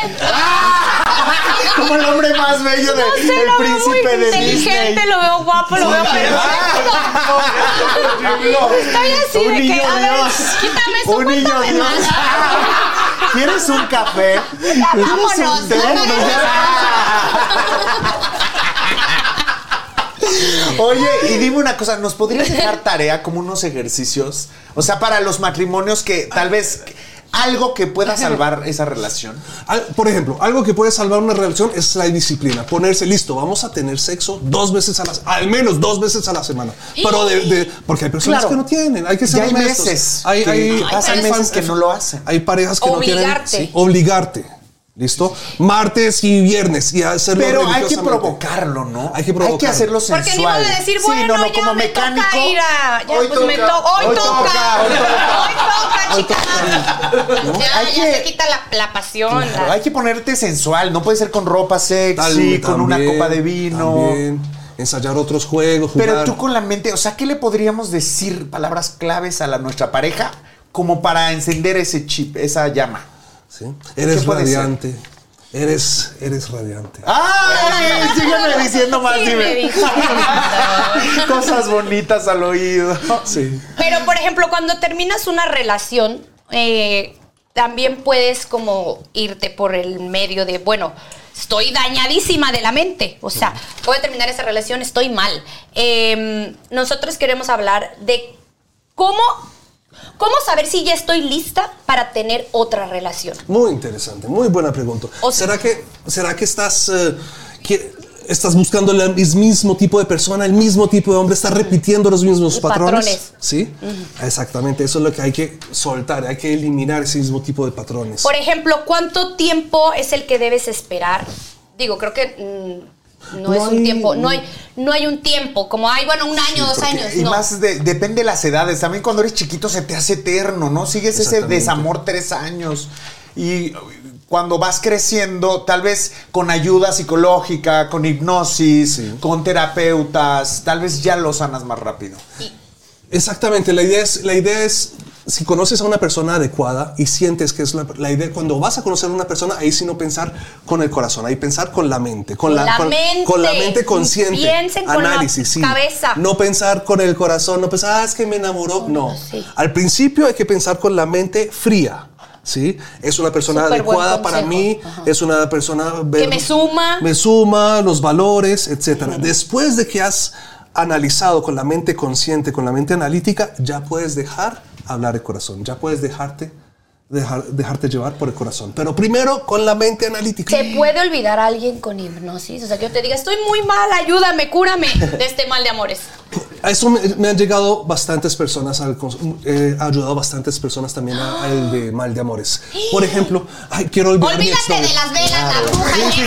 Speaker 2: Como el hombre más bello del
Speaker 1: No sé,
Speaker 2: el
Speaker 1: lo veo
Speaker 2: príncipe
Speaker 1: muy
Speaker 2: de
Speaker 1: inteligente,
Speaker 2: Disney.
Speaker 1: lo veo guapo, lo veo perfecto. Estoy así
Speaker 2: Un
Speaker 1: de que,
Speaker 2: niño
Speaker 1: a ver,
Speaker 2: Dios.
Speaker 1: quítame eso,
Speaker 2: Un niño
Speaker 1: cuéntame
Speaker 2: Dios. Ah,
Speaker 1: más.
Speaker 2: ¿Quieres un café?
Speaker 1: Ya vámonos.
Speaker 2: Te vamos a dar. Oye, y dime una cosa, ¿nos podrías dejar tarea como unos ejercicios? O sea, para los matrimonios que tal vez algo que pueda salvar esa relación.
Speaker 3: Al- Por ejemplo, algo que puede salvar una relación es la disciplina. Ponerse listo, vamos a tener sexo dos veces a la semana, al menos dos veces a la semana. Pero de, de- porque hay personas
Speaker 2: Claro.
Speaker 3: que no tienen, hay que
Speaker 2: Ya
Speaker 3: ser
Speaker 2: hay
Speaker 3: honestos.
Speaker 2: meses
Speaker 3: Hay,
Speaker 2: que-
Speaker 3: hay-
Speaker 2: Ay,
Speaker 1: pasan
Speaker 3: hay
Speaker 2: meses que no lo hacen.
Speaker 3: Hay parejas que no tienen
Speaker 1: Obligarte.
Speaker 3: obligarte. ¿Listo? Martes y viernes y hacerlo
Speaker 2: Pero hay que
Speaker 3: religiosamente.
Speaker 2: provocarlo, ¿no?
Speaker 3: Hay que provocarlo.
Speaker 2: Hay que hacerlo sensual.
Speaker 1: Porque ni modo de decir,
Speaker 2: Sí,
Speaker 1: bueno,
Speaker 2: no, no,
Speaker 1: ya
Speaker 2: como
Speaker 1: me
Speaker 2: mecánico.
Speaker 1: toca ir a... Ya,
Speaker 2: hoy
Speaker 1: pues me
Speaker 2: toca,
Speaker 1: to- hoy, toca, [laughs]
Speaker 2: hoy toca.
Speaker 1: hoy toca, chica. Ya,
Speaker 2: Hay
Speaker 1: ya
Speaker 2: que-
Speaker 1: se quita la, la pasión. la-
Speaker 2: Pero hay que ponerte sensual, no puede ser con ropa sexy,
Speaker 3: Tal-
Speaker 2: con una
Speaker 3: también,
Speaker 2: copa de vino.
Speaker 3: también, ensayar otros juegos, jugar.
Speaker 2: Pero tú con la mente, o sea, ¿qué le podríamos decir palabras claves a la, nuestra pareja como para encender ese chip, esa llama?
Speaker 3: Sí. Eres
Speaker 2: ¿Qué puede ser?
Speaker 3: radiante. Eres, eres radiante. Ah,
Speaker 2: ¡Ay! Sígueme diciendo más,
Speaker 1: Sí,
Speaker 2: dime.
Speaker 1: me dijo.
Speaker 2: Cosas bonitas al oído.
Speaker 3: Sí.
Speaker 1: Pero, por ejemplo, cuando terminas una relación, eh, también puedes como irte por el medio de, bueno, estoy dañadísima de la mente. O sea, voy a terminar esa relación, estoy mal. Eh, nosotros queremos hablar de cómo, cómo saber si ya estoy lista para tener otra relación.
Speaker 3: Muy interesante, muy buena pregunta.
Speaker 1: O sea-
Speaker 3: ¿Será, que, ¿Será que estás... eh, que estás buscando el mismo tipo de persona, el mismo tipo de hombre, estás repitiendo los mismos patrones.
Speaker 1: Patrones.
Speaker 3: Sí, exactamente. Eso es lo que hay que soltar, hay que eliminar ese mismo tipo de patrones.
Speaker 1: Por ejemplo, ¿cuánto tiempo es el que debes esperar? Digo, creo que mm, no,
Speaker 3: No
Speaker 1: es un
Speaker 3: hay-
Speaker 1: tiempo, no hay, no hay un tiempo, como hay, bueno, un año, dos
Speaker 2: Porque-
Speaker 1: años.
Speaker 2: Y
Speaker 1: no.
Speaker 2: más de- depende de las edades. También cuando eres chiquito se te hace eterno, ¿no? Sigues ese
Speaker 3: Exactamente.
Speaker 2: desamor tres años. Y cuando vas creciendo, tal vez con ayuda psicológica, con hipnosis, con terapeutas, tal vez ya lo sanas más rápido.
Speaker 3: Exactamente, la idea es, la idea es si conoces a una persona adecuada y sientes que es la, la idea, cuando vas a conocer a una persona, ahí sí no pensar con el corazón, ahí pensar con la mente, con,
Speaker 1: Con la
Speaker 3: con,
Speaker 1: mente.
Speaker 3: con la mente consciente,
Speaker 1: Piensen con la
Speaker 3: análisis, sí.
Speaker 1: cabeza.
Speaker 3: No pensar con el corazón, no pensar, ah, es que me enamoró, no.
Speaker 1: sí.
Speaker 3: Al principio hay que pensar con la mente fría. ¿Sí? Es una persona
Speaker 1: Súper buen
Speaker 3: adecuada para
Speaker 1: consejo.
Speaker 3: mí,
Speaker 1: Ajá.
Speaker 3: es una persona ver-
Speaker 1: me suma.
Speaker 3: me suma, los valores, etcétera. Después de que has analizado con la mente consciente, con la mente analítica, ya puedes dejar hablar el corazón, ya puedes dejarte, dejar, dejarte llevar por el corazón. Pero primero con la mente analítica.
Speaker 1: ¿Se puede olvidar a alguien con hipnosis? O sea, que yo te diga, estoy muy mal, ayúdame, cúrame de este mal de amores.
Speaker 3: A eso me, me han llegado bastantes personas, al cons- eh, ha ayudado bastantes personas también a- al de mal de amores. Por ejemplo, ay, quiero olvidar mi
Speaker 1: Olvídate
Speaker 3: exnovio.
Speaker 1: de las velas, la bruja.
Speaker 2: Sí, sí,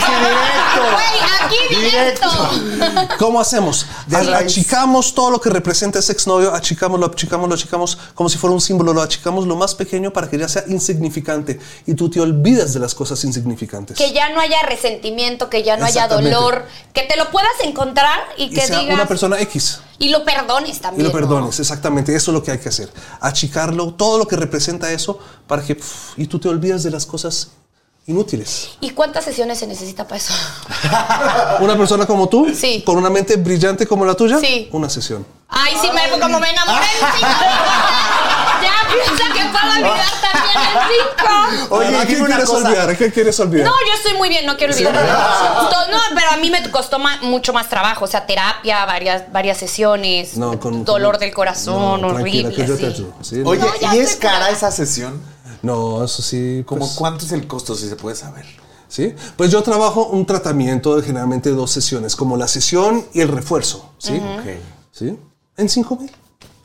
Speaker 2: sí, directo.
Speaker 1: Güey, aquí directo.
Speaker 3: ¿Cómo
Speaker 1: [laughs]
Speaker 3: hacemos?
Speaker 2: De
Speaker 3: Al-
Speaker 2: raíz.
Speaker 3: achicamos todo lo que representa ese exnovio, achicámoslo, achicámoslo, achicamos como si fuera un símbolo, lo achicamos lo más pequeño para que ya sea insignificante y tú te olvidas de las cosas insignificantes.
Speaker 1: Que ya no haya resentimiento, que ya no haya
Speaker 3: Exactamente.
Speaker 1: dolor, que te lo puedas encontrar y
Speaker 3: y
Speaker 1: que
Speaker 3: sea
Speaker 1: digas.
Speaker 3: una persona X
Speaker 1: Y lo perdones
Speaker 3: y
Speaker 1: también.
Speaker 3: lo
Speaker 1: ¿no?
Speaker 3: perdones, exactamente, eso es lo que hay que hacer, achicarlo, todo lo que representa eso para que pf, y tú te olvidas de las cosas inútiles.
Speaker 1: ¿Y cuántas sesiones se necesita para eso?
Speaker 3: Una persona como tú,
Speaker 1: Sí.
Speaker 3: con una mente brillante como la tuya,
Speaker 1: Sí.
Speaker 3: una sesión.
Speaker 1: Ay, sí, me, como me enamoré en cinco. [laughs] Ya piensa que puedo olvidar también en
Speaker 3: [laughs]
Speaker 1: cinco.
Speaker 2: Oye,
Speaker 3: ¿a qué
Speaker 2: dime una
Speaker 3: quieres
Speaker 2: cosa.
Speaker 3: olvidar? ¿A qué quieres olvidar?
Speaker 1: No, yo estoy muy bien, no quiero olvidar.
Speaker 3: [laughs]
Speaker 1: To- No, pero a mí me costó ma- mucho más trabajo, o sea, terapia, varias, varias sesiones,
Speaker 3: No, con-
Speaker 1: Este dolor
Speaker 3: con-
Speaker 1: del corazón,
Speaker 3: no, tranquila,
Speaker 1: horrible.
Speaker 3: que yo te
Speaker 1: así.
Speaker 3: ayudo, ¿sí?
Speaker 2: Oye,
Speaker 1: No, ya estoy
Speaker 2: ¿y es cara
Speaker 1: curada.
Speaker 2: esa sesión?
Speaker 3: No, eso sí.
Speaker 2: ¿Como
Speaker 3: pues,
Speaker 2: cuánto es el costo, si se puede saber?
Speaker 3: ¿sí? Pues yo trabajo un tratamiento de generalmente dos sesiones, como la sesión y el refuerzo, ¿sí? ¿Sí? En 5 mil.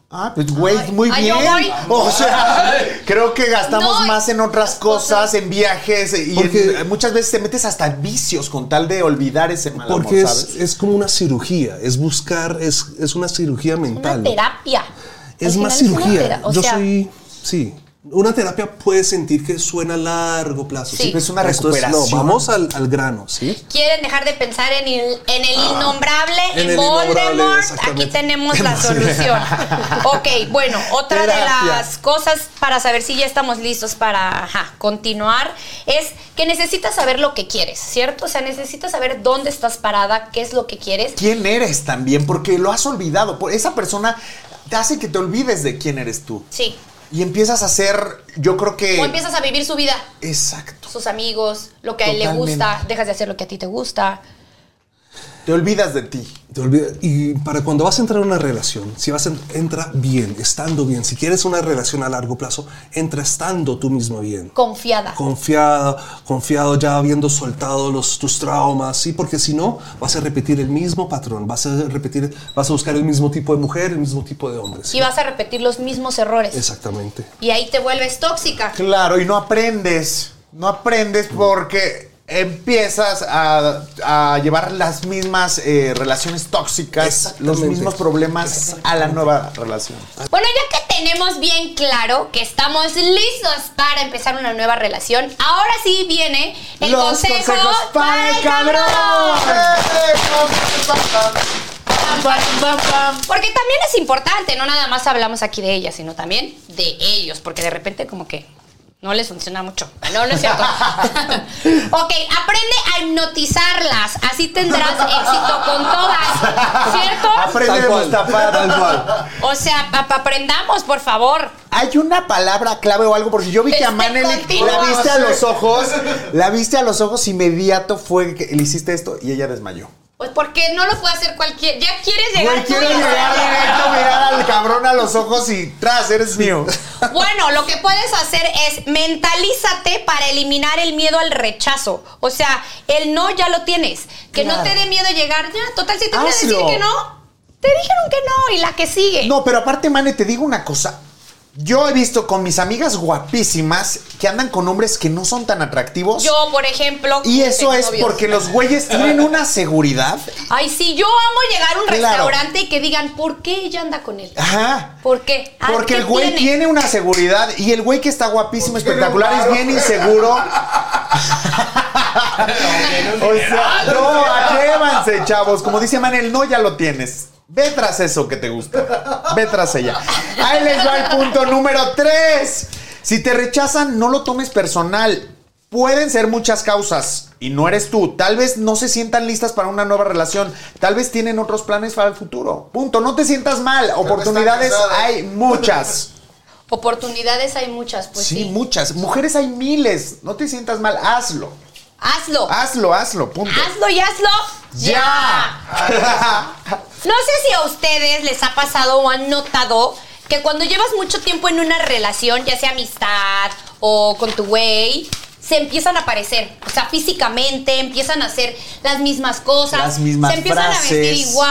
Speaker 2: Ah, pues güey, muy
Speaker 1: ay,
Speaker 2: bien.
Speaker 1: yo voy.
Speaker 2: O sea,
Speaker 3: [laughs]
Speaker 2: creo que gastamos
Speaker 1: No, pues,
Speaker 2: más en otras cosas, en viajes y
Speaker 3: Porque-
Speaker 2: en- muchas veces te metes hasta en vicios con tal de olvidar ese mal amor,
Speaker 3: Porque es,
Speaker 2: ¿sabes?
Speaker 3: es como una cirugía, es buscar, es, es una cirugía mental.
Speaker 1: Una terapia.
Speaker 3: Es
Speaker 1: Al
Speaker 3: más
Speaker 1: final una
Speaker 3: cirugía.
Speaker 1: tera- o
Speaker 3: yo
Speaker 1: sea,
Speaker 3: soy, sí, Una terapia puede sentir que suena a largo plazo.
Speaker 1: Sí.
Speaker 2: Es una
Speaker 3: Esto es-
Speaker 2: recuperación.
Speaker 3: no, vamos al, al grano, ¿sí?
Speaker 1: Quieren dejar de pensar en el, en el innombrable,
Speaker 3: Ah, en
Speaker 1: en,
Speaker 3: el
Speaker 1: Voldemort.
Speaker 3: innombrable,
Speaker 1: Aquí
Speaker 3: exactamente.
Speaker 1: tenemos
Speaker 3: [laughs]
Speaker 1: la solución. ok, bueno, otra
Speaker 2: Terapia.
Speaker 1: de las cosas para saber si ya estamos listos para ajá, continuar es que necesitas saber lo que quieres, ¿cierto? O sea, necesitas saber dónde estás parada, qué es lo que quieres.
Speaker 2: quién eres también, porque lo has olvidado. Por- Esa persona te hace que te olvides de quién eres tú.
Speaker 1: Sí.
Speaker 2: Y empiezas a ser, yo creo que...
Speaker 1: O empiezas a vivir su vida,
Speaker 2: Exacto.
Speaker 1: sus amigos, lo que a él le
Speaker 2: Totalmente.
Speaker 1: gusta, dejas de hacer lo que a ti te gusta.
Speaker 2: Te olvidas de ti.
Speaker 3: Te olvida- Y para cuando vas a entrar en una relación, si vas a en- entra bien, estando bien, si quieres una relación a largo plazo, entra estando tú mismo bien.
Speaker 1: Confiada.
Speaker 3: Confiado, confiado ya habiendo soltado los, tus traumas, ¿sí? Porque si no, vas a repetir el mismo patrón, vas a repetir, vas a buscar el mismo tipo de mujer, el mismo tipo de hombre. ¿sí?
Speaker 1: y vas a repetir los mismos errores.
Speaker 3: Exactamente.
Speaker 1: Y ahí te vuelves tóxica.
Speaker 2: Claro, y no aprendes. No aprendes porque empiezas a, a llevar las mismas eh, relaciones tóxicas, los
Speaker 3: Exactamente.
Speaker 2: mismos problemas a la nueva relación.
Speaker 1: Bueno, ya que tenemos bien claro que estamos listos para empezar una nueva relación, ahora sí viene el
Speaker 2: Los
Speaker 1: consejo
Speaker 2: consejos para el cabrón. ¡Eh, cabrón! Pam, pam, pam.
Speaker 1: Porque también es importante, no nada más hablamos aquí de ella, sino también de ellos, porque de repente como que no les funciona mucho. No, no es
Speaker 2: [laughs]
Speaker 1: cierto. ok, aprende a hipnotizarlas, así
Speaker 2: [laughs]
Speaker 1: tendrás éxito con todas, ¿cierto?
Speaker 2: Aprende de
Speaker 3: Tal cual.
Speaker 2: Mustafa.
Speaker 3: Tal cual.
Speaker 1: O sea, pa- pa- aprendamos, por favor.
Speaker 2: Hay una palabra clave o algo, porque yo vi que
Speaker 1: Este
Speaker 2: a Maneli
Speaker 1: continuo.
Speaker 2: la viste a
Speaker 1: [laughs]
Speaker 2: los ojos, la viste a los ojos inmediato fue que le hiciste esto y ella desmayó.
Speaker 1: Pues porque no lo puede hacer cualquier. Ya quieres llegar
Speaker 2: Güey,
Speaker 1: tú
Speaker 2: quiero
Speaker 1: y hacer-
Speaker 2: llegar directo, mirar al cabrón a los ojos y tras, eres mío.
Speaker 1: Bueno, lo que puedes hacer es mentalízate para eliminar el miedo al rechazo. O sea, el no ya lo tienes. Que no
Speaker 2: Claro.
Speaker 1: te dé miedo llegar. Ya, total, si te voy a decir
Speaker 2: Hazlo.
Speaker 1: que no, te dijeron que no y la que sigue.
Speaker 2: No, pero aparte, Mane, te digo una cosa. Yo he visto con mis amigas guapísimas que andan con hombres que no son tan atractivos.
Speaker 1: Yo, por ejemplo.
Speaker 2: y eso
Speaker 1: tengo
Speaker 2: es
Speaker 1: novios.
Speaker 2: porque los güeyes tienen una seguridad.
Speaker 1: Ay, sí, yo amo llegar a un
Speaker 2: Claro.
Speaker 1: restaurante y que digan, ¿por qué ella anda con él?
Speaker 2: Ajá.
Speaker 1: ¿Por qué? Ah,
Speaker 2: Porque
Speaker 1: ¿qué
Speaker 2: el güey tiene? una seguridad y el güey que está guapísimo, espectacular, es bien inseguro. o sea, no, atrévanse, chavos. Como dice Manel, no ya lo tienes. Ve tras eso que te gusta. Ve tras ella. Ahí les va el punto número 3. Si te rechazan, no lo tomes personal. Pueden ser muchas causas y no eres tú. Tal vez no se sientan listas para una nueva relación. Tal vez tienen otros planes para el futuro. Punto. No te sientas mal. Oportunidades
Speaker 3: casada.
Speaker 2: hay muchas.
Speaker 1: Oportunidades hay muchas, pues
Speaker 2: sí,
Speaker 1: sí.
Speaker 2: muchas. Mujeres hay miles. No te sientas mal. Hazlo.
Speaker 1: Hazlo.
Speaker 2: Hazlo, hazlo. Punto.
Speaker 1: Hazlo y hazlo
Speaker 2: ¡Ya!
Speaker 1: No sé si a ustedes les ha pasado o han notado que cuando llevas mucho tiempo en una relación, ya sea amistad o con tu güey, se empiezan a parecer, o sea, físicamente empiezan a hacer las mismas cosas,
Speaker 2: Las mismas
Speaker 1: se empiezan a vestir
Speaker 2: frases.
Speaker 1: igual,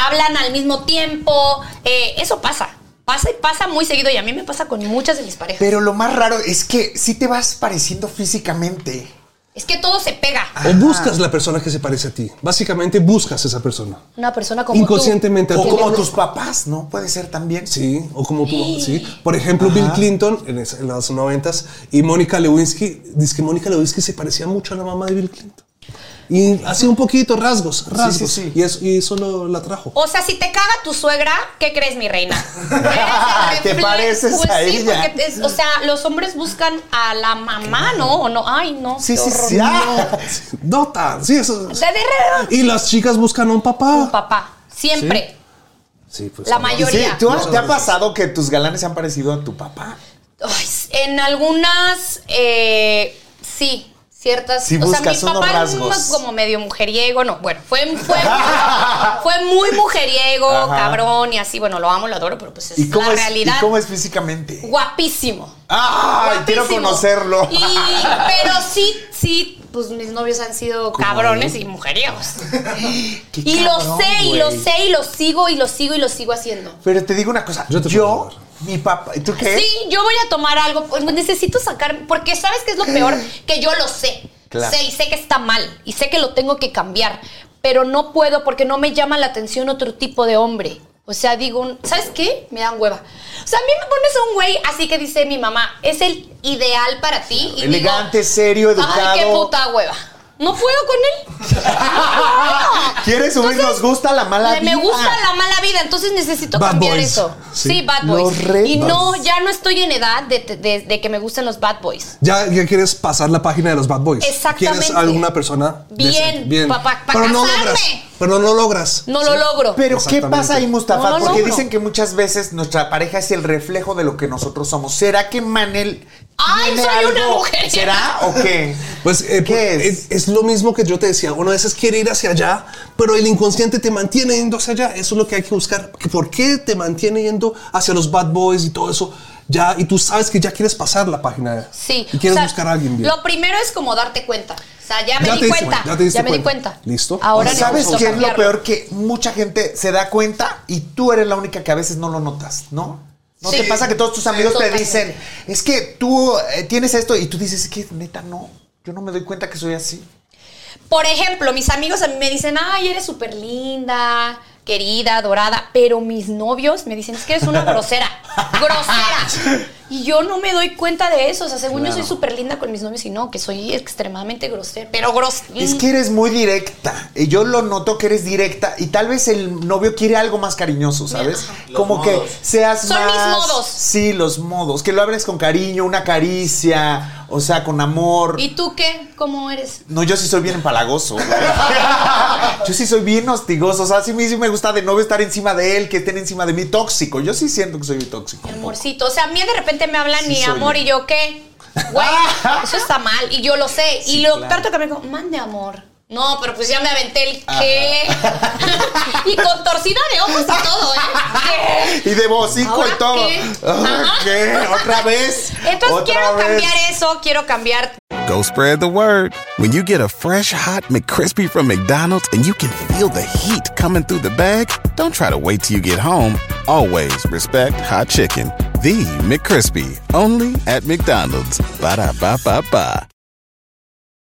Speaker 1: a- hablan al mismo tiempo, eh, eso pasa, pasa y pasa muy seguido y a mí me pasa con muchas de mis parejas.
Speaker 2: [laughs] Pero lo más raro es que sí te vas pareciendo físicamente.
Speaker 1: Es que todo se pega.
Speaker 3: O buscas la persona que se parece a ti. Básicamente buscas esa persona.
Speaker 1: Una persona como tú.
Speaker 3: Inconscientemente
Speaker 2: O
Speaker 3: tú.
Speaker 2: como tus papás, ¿no? Puede ser también.
Speaker 3: Sí, o como tú, sí. Por ejemplo, Bill Clinton en, es- en los noventas y Mónica Lewinsky, dice que Mónica Lewinsky se parecía mucho a la mamá de Bill Clinton. Y hacía un poquito rasgos, rasgos.
Speaker 2: sí, sí.
Speaker 3: Y, eso, y eso lo- la trajo. [laughs]
Speaker 1: O sea, si te caga tu suegra, ¿qué crees, mi
Speaker 2: [laughs]
Speaker 1: reina? ¿Eh? Eres el
Speaker 2: Ah, Te
Speaker 1: refle-
Speaker 2: pareces
Speaker 1: pues
Speaker 2: a
Speaker 1: sí,
Speaker 2: ella.
Speaker 1: porque es- o sea, los hombres buscan a la mamá, ¿no? ¿O no? Ay, no.
Speaker 2: Sí,
Speaker 1: qué
Speaker 2: sí,
Speaker 1: horror.
Speaker 2: sí. Ah.
Speaker 3: No tan, sí, eso.
Speaker 1: O sea, de re-
Speaker 3: Y las chicas buscan a un papá.
Speaker 1: un papá. Siempre.
Speaker 3: Sí, pues.
Speaker 1: La
Speaker 3: no.
Speaker 2: Y sí,
Speaker 1: mayoría.
Speaker 2: ¿tú has- ¿Te ha pasado que tus galanes se han parecido a tu papá?
Speaker 1: Ay, en algunas, eh, sí. Ciertas.
Speaker 2: Sí
Speaker 1: o sea, mi
Speaker 2: buscas unos
Speaker 1: papá es
Speaker 2: rasgos.
Speaker 1: más como medio mujeriego. No, bueno, fue, fue,
Speaker 2: [laughs]
Speaker 1: fue muy mujeriego,
Speaker 2: Ajá.
Speaker 1: cabrón y así. Bueno, lo amo, lo adoro, pero pues es
Speaker 2: ¿Y cómo,
Speaker 1: la
Speaker 2: es,
Speaker 1: realidad.
Speaker 2: ¿Y cómo es físicamente?
Speaker 1: Guapísimo.
Speaker 2: ¡Ay! Quiero
Speaker 1: Guapísimo.
Speaker 2: conocerlo.
Speaker 1: Y- pero sí, sí, pues mis novios han sido cabrones y
Speaker 2: [laughs]
Speaker 1: mujeriegos.
Speaker 2: [laughs] Qué
Speaker 1: y lo
Speaker 2: cabrón,
Speaker 1: sé, y lo
Speaker 2: güey.
Speaker 1: sé, y lo sigo, y lo sigo, y lo sigo haciendo.
Speaker 2: Pero te digo una cosa. Yo,
Speaker 3: Yo te puedo ayudar.
Speaker 2: mi papá. ¿Tú qué?
Speaker 1: Sí, yo voy a tomar algo, pues, necesito sacar, porque ¿sabes qué es lo peor? Que yo lo sé.
Speaker 2: Claro.
Speaker 1: Sé y sé que está mal, y sé que lo tengo que cambiar, pero no puedo porque no me llama la atención otro tipo de hombre. O O sea, digo, un- ¿sabes qué? Me dan hueva. O sea, a mí me pones a un güey así que dice mi mamá, es el ideal para ti. y digo,
Speaker 2: Elegante, serio, educado.
Speaker 1: Ay, qué puta hueva. No puedo con
Speaker 3: [laughs]
Speaker 1: él.
Speaker 2: [laughs] ¿Quieres subir
Speaker 1: Entonces,
Speaker 2: nos gusta la mala
Speaker 1: Le- me
Speaker 2: vida?
Speaker 1: gusta la mala vida, entonces necesito
Speaker 3: Bad
Speaker 1: cambiar
Speaker 3: boys.
Speaker 1: eso.
Speaker 3: Sí.
Speaker 1: Sí, bad
Speaker 2: Los
Speaker 1: boys.
Speaker 2: re
Speaker 1: Y
Speaker 2: bad
Speaker 1: no,
Speaker 2: boys.
Speaker 1: ya no estoy en edad de, de- de que me gusten los bad boys.
Speaker 3: Ya, ya quieres pasar la página de los bad boys.
Speaker 1: Exactamente.
Speaker 3: Quieres alguna persona.
Speaker 1: Bien,
Speaker 3: decente,
Speaker 1: pa- pa- pa
Speaker 3: pero no
Speaker 1: casarme.
Speaker 3: logras. Pero no logras.
Speaker 1: No lo logro.
Speaker 2: Pero ¿qué
Speaker 3: Exactamente.
Speaker 2: pasa ahí, Mustafa?
Speaker 1: No, no,
Speaker 2: Porque
Speaker 1: no.
Speaker 2: dicen que muchas veces nuestra pareja es el reflejo de lo que nosotros somos. ¿Será que Manel
Speaker 1: Ay,
Speaker 2: tiene
Speaker 1: soy una
Speaker 2: algo?
Speaker 1: mujer.
Speaker 2: ¿Será o qué?
Speaker 3: Pues eh,
Speaker 2: ¿Qué
Speaker 3: pues,
Speaker 2: es?
Speaker 3: es? es lo mismo que yo te decía, uno a veces quiere ir hacia allá, pero el inconsciente te mantiene yendo hacia allá, eso es lo que hay que buscar, que por qué te mantiene yendo hacia los bad boys y todo eso, ya, y tú sabes que ya quieres pasar la página,
Speaker 1: Sí.
Speaker 3: y quieres
Speaker 1: o sea,
Speaker 3: buscar a alguien bien.
Speaker 1: Lo primero es como darte cuenta. O sea, ya me
Speaker 3: Ya
Speaker 1: di
Speaker 3: te diste
Speaker 1: cuenta.
Speaker 3: cuenta, ya te diste
Speaker 1: me di
Speaker 3: cuenta.
Speaker 1: cuenta.
Speaker 3: Listo.
Speaker 1: Ahora
Speaker 2: ¿Sabes
Speaker 1: necesito
Speaker 2: qué es lo
Speaker 1: cambiarlo.
Speaker 2: peor? Que mucha gente se da cuenta y tú eres la única que a veces no lo notas, ¿no? ¿No
Speaker 1: Sí.
Speaker 2: te pasa que todos tus amigos te
Speaker 1: Totalmente.
Speaker 2: dicen, es que tú eh, tienes esto y tú dices, es que neta no, yo no me doy cuenta que soy así?
Speaker 1: Por ejemplo, mis amigos a mí me dicen, ay, eres súper linda, querida, adorada, pero mis novios me dicen, es que eres una grosera,
Speaker 2: [laughs]
Speaker 1: grosera. Y yo no me doy cuenta de eso, o sea, según yo soy súper linda con mis novios y no, que soy extremadamente grosera, pero grosera.
Speaker 2: Es que eres muy directa. Y yo lo noto que eres directa. Y tal vez el novio quiere algo más cariñoso, ¿sabes? Como que seas
Speaker 1: Son mis
Speaker 2: más.
Speaker 1: modos.
Speaker 2: Sí, los modos. Que lo hables con cariño, una caricia. O sea, con amor.
Speaker 1: ¿Y tú qué? ¿Cómo eres?
Speaker 2: No, yo sí soy bien empalagoso. güey. [laughs] yo sí soy bien hostigoso. O sea, sí, me- sí me gusta de novio estar encima de él, que estén encima de mí. Tóxico. Yo sí siento que soy tóxico.
Speaker 1: Mi
Speaker 2: un poco.
Speaker 1: amorcito. O sea, a mí de repente me hablan
Speaker 2: Sí
Speaker 1: mi
Speaker 2: soy
Speaker 1: amor
Speaker 2: yo.
Speaker 1: y yo qué.
Speaker 2: [laughs]
Speaker 1: Güey, eso está mal. Y yo lo sé. y lo trato de cambiar como, mande amor. No, pero pues ya me aventé el
Speaker 2: [laughs]
Speaker 1: qué. y con torcida de ojos y todo,
Speaker 2: [laughs]
Speaker 1: ¿eh?
Speaker 2: Y de bocico
Speaker 1: ¿Ahora
Speaker 2: y todo.
Speaker 1: qué?
Speaker 2: Ah,
Speaker 1: Ajá.
Speaker 2: ¿Qué? ¿Otra vez?
Speaker 1: Entonces
Speaker 2: ¿Otra
Speaker 1: quiero
Speaker 2: vez?
Speaker 1: cambiar eso, quiero cambiar
Speaker 7: Go spread the word. When you get a fresh hot McCrispy from McDonald's and you can feel the heat coming through the bag, don't try to wait till you get home. Always respect hot chicken. The McCrispy, only at McDonald's. Ba da ba ba ba.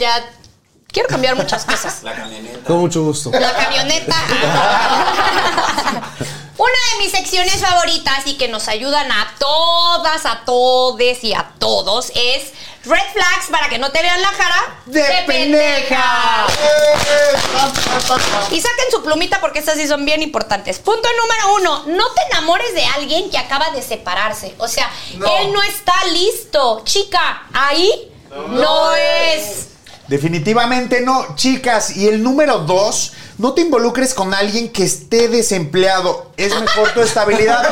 Speaker 1: ya quiero cambiar muchas cosas.
Speaker 3: Con mucho gusto.
Speaker 1: La camioneta. Una de mis secciones favoritas y que nos ayudan a todas, a todes y a todos es Red Flags para que no te vean la cara
Speaker 2: ¡De, pendeja!
Speaker 1: Y saquen su plumita porque estas sí son bien importantes. Punto número uno, no te enamores de alguien que acaba de separarse. O sea, él no está listo. Chica, ahí no, es.
Speaker 2: Definitivamente no, chicas. Y el número dos, no te involucres con alguien que esté desempleado. Es mejor
Speaker 1: [laughs]
Speaker 2: tu estabilidad.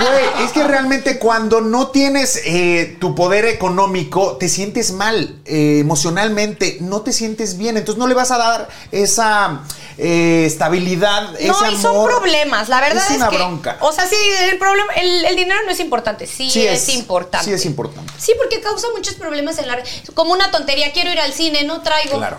Speaker 2: Güey, es que realmente cuando no tienes eh, tu poder económico, te sientes mal eh, emocionalmente, no te sientes bien. Entonces no le vas a dar esa eh, estabilidad, ese
Speaker 1: No,
Speaker 2: amor.
Speaker 1: y son problemas. La verdad es,
Speaker 2: es una
Speaker 1: que,
Speaker 2: bronca.
Speaker 1: O sea, sí, el, problema, el, el dinero no es importante. Sí,
Speaker 2: Sí
Speaker 1: es,
Speaker 2: es-
Speaker 1: importante.
Speaker 2: sí es importante.
Speaker 1: Sí, porque causa muchos problemas en la... Como una tontería, quiero ir al cine, no traigo.
Speaker 2: Claro.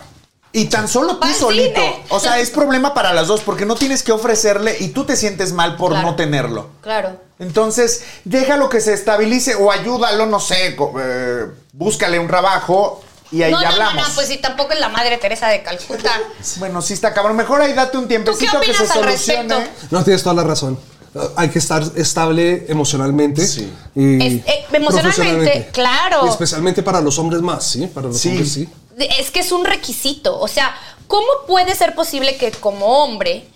Speaker 2: Y tan solo tú
Speaker 1: Va al
Speaker 2: solito.
Speaker 1: cine.
Speaker 2: O sea, es problema para las dos porque no tienes que ofrecerle y tú te sientes mal por
Speaker 1: Claro.
Speaker 2: no tenerlo.
Speaker 1: Claro.
Speaker 2: Entonces, déjalo que se estabilice o ayúdalo, no sé, co- eh, búscale un trabajo y ahí
Speaker 1: no,
Speaker 2: ya
Speaker 1: no, no,
Speaker 2: hablamos.
Speaker 1: no, pues sí, tampoco es la madre Teresa de Calcuta.
Speaker 2: Bueno, sí está cabrón. Mejor ahí date un tiempecito que se
Speaker 1: opinas al
Speaker 2: solucione.
Speaker 1: respecto?
Speaker 3: No, tienes toda la razón. Uh, Hay que estar estable emocionalmente.
Speaker 2: Sí.
Speaker 3: Y
Speaker 1: Es- eh, emocionalmente,
Speaker 3: profesionalmente.
Speaker 1: claro.
Speaker 3: Y especialmente para los hombres más, ¿sí? Para los
Speaker 2: Sí.
Speaker 3: hombres, sí.
Speaker 1: De- Es que es un requisito. O sea, ¿cómo puede ser posible que como hombre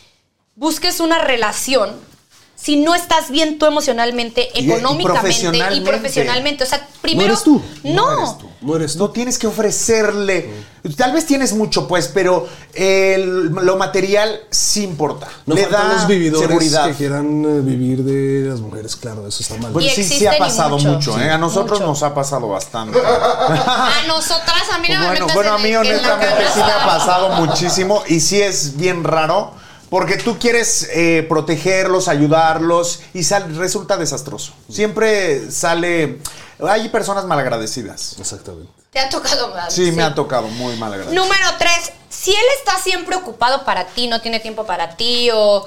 Speaker 1: busques una relación si no estás bien tú emocionalmente,
Speaker 2: Y- y
Speaker 1: económicamente y,
Speaker 2: profesionalmente.
Speaker 1: profesionalmente? O sea, primero.
Speaker 3: eres tú.
Speaker 1: No.
Speaker 2: No eres tú.
Speaker 3: No eres tú.
Speaker 2: No tienes que ofrecerle. Tal vez tienes mucho, pues, pero el- lo material sí importa.
Speaker 3: No
Speaker 2: Le
Speaker 3: faltan
Speaker 2: da
Speaker 3: los vividores
Speaker 2: seguridad.
Speaker 3: que quieran eh, vivir de las mujeres, claro, eso está mal.
Speaker 2: Bueno,
Speaker 1: Y
Speaker 2: sí, sí
Speaker 1: existen
Speaker 2: ha
Speaker 1: y
Speaker 2: pasado
Speaker 1: mucho.
Speaker 2: mucho, ¿eh? A nosotros
Speaker 1: Mucho.
Speaker 2: nos ha pasado bastante. Pues
Speaker 1: A nosotras, a mí no me
Speaker 2: bueno,
Speaker 1: metas
Speaker 2: bueno, a
Speaker 1: en
Speaker 2: mí
Speaker 1: el- en la [laughs]
Speaker 2: honestamente sí me
Speaker 1: cabeza.
Speaker 2: ha pasado muchísimo y sí es bien raro. Porque tú quieres eh, protegerlos, ayudarlos y sal- resulta desastroso. Siempre sale... Hay personas malagradecidas.
Speaker 3: Exactamente.
Speaker 1: Te ha tocado más.
Speaker 2: Sí, me ha tocado muy malagradecidas.
Speaker 1: Número tres, si él está siempre ocupado para ti, no tiene tiempo para ti, o,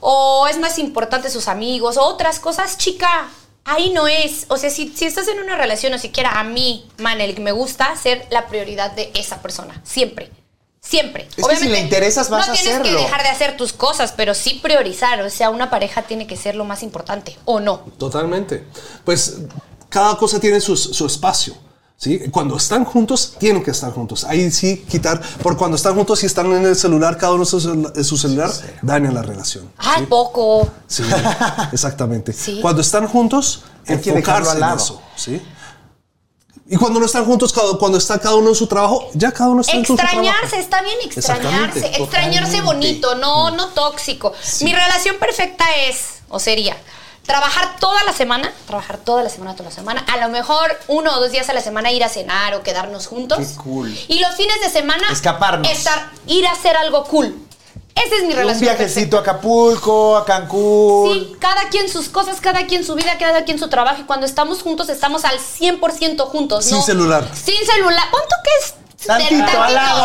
Speaker 1: o es más importante sus amigos, o otras cosas, chica, ahí no es. O sea, si, si estás en una relación, o siquiera a mí, man, el que me gusta, ser la prioridad de esa persona, siempre. Siempre.
Speaker 2: que si le interesas, vas
Speaker 1: no
Speaker 2: a
Speaker 1: tienes
Speaker 2: hacerlo.
Speaker 1: que dejar de hacer tus cosas, pero sí priorizar. O sea, una pareja tiene que ser lo más importante, ¿o no?
Speaker 3: Totalmente. Pues cada cosa tiene su, su espacio. ¿sí? Cuando están juntos, tienen que estar juntos. Ahí sí, quitar. Por cuando están juntos y están en el celular, cada uno en su, cel- en su celular, daña la relación.
Speaker 1: Ay, poco.
Speaker 2: [laughs]
Speaker 3: Sí, exactamente.
Speaker 1: Sí.
Speaker 3: Cuando están juntos,
Speaker 2: Hay que dejarlo
Speaker 3: enfocarse
Speaker 2: al
Speaker 3: en
Speaker 2: lado.
Speaker 3: eso. ¿sí? Y cuando no están juntos, cada- cuando está cada uno en su trabajo, ya cada uno está Pues en su
Speaker 1: Extrañarse,
Speaker 3: trabajo.
Speaker 1: está bien extrañarse.
Speaker 3: Exactamente, Mm.
Speaker 1: Extrañarse bonito, no, no tóxico. Mi relación perfecta es, o sería, trabajar toda la semana, trabajar toda la semana, toda la semana. A lo mejor uno o dos días a la semana ir a cenar o quedarnos juntos.
Speaker 2: Qué cool.
Speaker 1: Y los fines de semana
Speaker 2: Escaparnos.
Speaker 1: estar- ir a hacer algo cool. Esa es mi
Speaker 2: Un
Speaker 1: relación perfecta.
Speaker 2: viajecito a Acapulco, a Cancún.
Speaker 1: Sí, cada quien sus cosas, cada quien su vida, cada quien su trabajo. Y cuando estamos juntos, estamos al 100% juntos.
Speaker 3: Sin
Speaker 1: ¿no?
Speaker 3: celular.
Speaker 1: Sin celular. ¿Cuánto que es?
Speaker 2: Tantito,
Speaker 1: del
Speaker 2: al lado.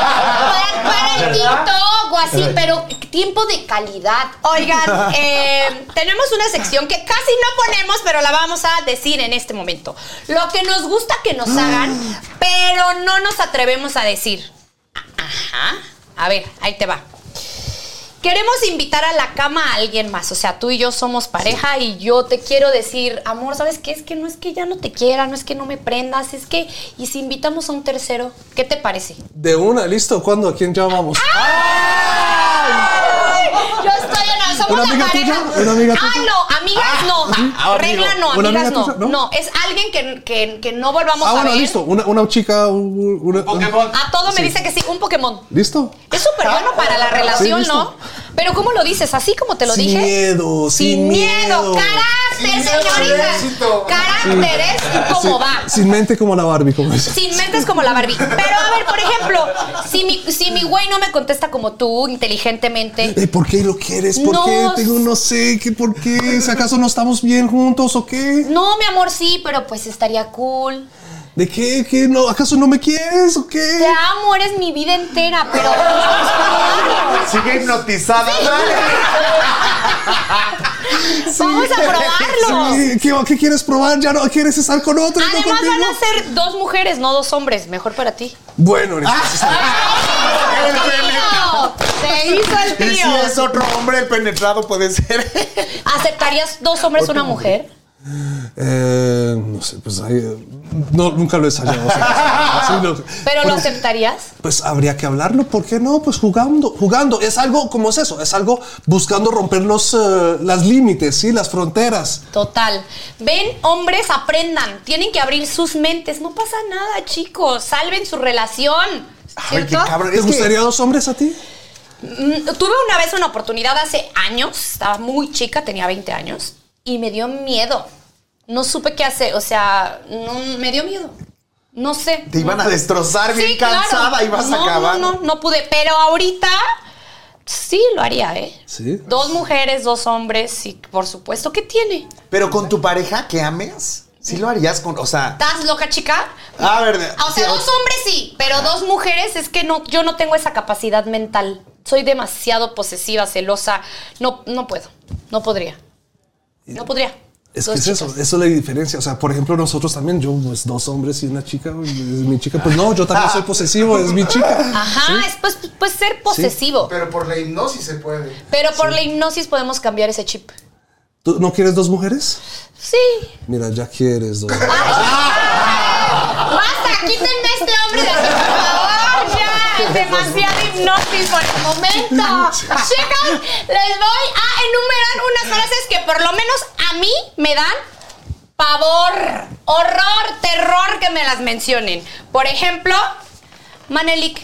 Speaker 1: Para- para el TikTok o
Speaker 3: Eh.
Speaker 1: así, pero tiempo de calidad.
Speaker 3: [laughs]
Speaker 1: Oigan, eh, tenemos una sección que casi no ponemos, pero la vamos a decir en este momento. Lo que nos gusta que nos
Speaker 3: Mm.
Speaker 1: hagan, pero no nos atrevemos a decir. Ajá. A ver, ahí te va. Queremos invitar a la cama a alguien más. O sea, tú y yo somos pareja y yo te quiero decir, amor, ¿sabes qué? Es que no es que ya no te quiera, no es que no me prendas, es que. Y si invitamos a un tercero, ¿qué te parece?
Speaker 3: De una, listo. ¿Cuándo? ¿A quién
Speaker 2: Ah,
Speaker 3: llamamos?
Speaker 1: Yo estoy en. Somos
Speaker 3: ¿Una
Speaker 1: la
Speaker 3: amiga
Speaker 1: pareja.
Speaker 3: tuya? ¿Una amiga
Speaker 1: ah,
Speaker 3: tuya?
Speaker 1: no, amigas no.
Speaker 2: ah, amigo.
Speaker 1: Regla no,
Speaker 3: ¿Una
Speaker 1: amigas
Speaker 3: amiga
Speaker 1: no.
Speaker 3: tuya?
Speaker 1: no.
Speaker 3: ¿No?
Speaker 1: es alguien que, que- que no volvamos
Speaker 3: Ah,
Speaker 1: a
Speaker 3: bueno,
Speaker 1: ver.
Speaker 3: listo. Una, una chica, un- una, un-
Speaker 1: A todo me dice que sí, un Pokémon.
Speaker 3: ¿Listo?
Speaker 1: Es súper bueno para la relación,
Speaker 3: Ah, listo.
Speaker 1: ¿no? Pero ¿cómo lo dices? ¿Así como te lo
Speaker 3: Sin
Speaker 1: dije?
Speaker 3: miedo,
Speaker 1: Sin
Speaker 3: sin
Speaker 1: miedo,
Speaker 3: miedo.
Speaker 1: carácter,
Speaker 2: Sin miedo,
Speaker 1: señorita.
Speaker 2: éxito.
Speaker 1: Carácter
Speaker 3: Ah,
Speaker 1: es y cómo va.
Speaker 3: Sin mente como la Barbie, como dice.
Speaker 1: Sin mentes como la Barbie. Pero a ver, por ejemplo, si mi, si mi güey no me contesta como tú, inteligentemente,
Speaker 3: Eh, ¿Por qué lo quieres? ¿Por
Speaker 1: No.
Speaker 3: qué? Tengo no sé qué, ¿por qué? ¿Si acaso no estamos bien juntos o qué?
Speaker 1: no, mi amor, sí, pero pues estaría cool.
Speaker 3: ¿De qué? ¿Qué? No, ¿Acaso no me quieres o qué?
Speaker 1: Te amo, eres mi vida entera, pero. pues,
Speaker 2: Sigue hipnotizada.
Speaker 1: Vamos a probarlo.
Speaker 3: [laughs] Sí, ¿Qué, ¿Qué quieres probar? ¿Ya no quieres estar con otro? no
Speaker 1: Además, van
Speaker 3: conmigo?
Speaker 1: a ser dos mujeres, no dos hombres. Mejor para ti.
Speaker 3: Bueno,
Speaker 1: Ah.
Speaker 3: necesito-
Speaker 1: Se hizo el
Speaker 2: Y si es
Speaker 1: tío.
Speaker 2: otro hombre, el penetrado puede ser.
Speaker 1: ¿Aceptarías dos hombres, una mujer?
Speaker 3: Eh, no sé, pues ahí, eh, no, nunca lo he ensayado. o sea, [laughs] así no-
Speaker 1: ¿Pero lo
Speaker 3: Bueno,
Speaker 1: aceptarías?
Speaker 3: Pues habría que hablarlo, ¿por qué no? Pues jugando, jugando. Es algo, ¿cómo es eso? Es algo buscando romper los eh, las límites, ¿sí? Las fronteras.
Speaker 1: Total. Ven, hombres, aprendan. Tienen que abrir sus mentes. No pasa nada, chicos. Salven su relación.
Speaker 2: Ay, qué
Speaker 1: ¿Cierto?
Speaker 2: cabrón.
Speaker 3: ¿Te
Speaker 2: Es que-
Speaker 3: gustaría dos hombres a ti?
Speaker 1: Mm, Tuve una vez una oportunidad hace años, estaba muy chica, tenía 20 años, y me dio miedo. No supe qué hacer, o sea, no, me dio miedo. No sé.
Speaker 2: Te iban a destrozar bien
Speaker 1: claro.
Speaker 2: cansada y vas
Speaker 1: no,
Speaker 2: a acabar.
Speaker 1: No, no, no pude, pero ahorita sí lo haría, ¿eh?
Speaker 3: Sí.
Speaker 1: Dos mujeres, dos hombres, y por supuesto, ¿qué tiene?
Speaker 2: Pero con tu pareja que ames, sí lo harías con. O sea.
Speaker 1: ¿Estás loca, chica?
Speaker 2: A ver.
Speaker 1: Ah, O sea, dos hombres sí, pero dos mujeres es que no, yo no tengo esa capacidad mental. Soy demasiado posesiva, celosa. No, no puedo. No podría. No podría.
Speaker 3: Es
Speaker 1: Dos
Speaker 3: que es eso,
Speaker 1: chicas.
Speaker 3: eso es la diferencia. O sea, por ejemplo, nosotros también, yo, pues dos hombres y una chica, es mi chica. Pues no, yo también soy posesivo, es mi chica.
Speaker 1: Ajá, es pues, pues ser posesivo.
Speaker 6: Pero por la hipnosis se puede.
Speaker 1: Pero por la hipnosis podemos cambiar ese chip.
Speaker 3: ¿Tú no quieres dos mujeres?
Speaker 1: Sí.
Speaker 3: Mira, ya quieres dos.
Speaker 1: Basta, quítenme a este hombre de aquí, por favor. Ya, demasiada hipnosis por el momento. Chicas, les voy a enumerar unas frases que por lo menos a mí me dan pavor, horror, terror que me las mencionen. Por ejemplo, Manelik,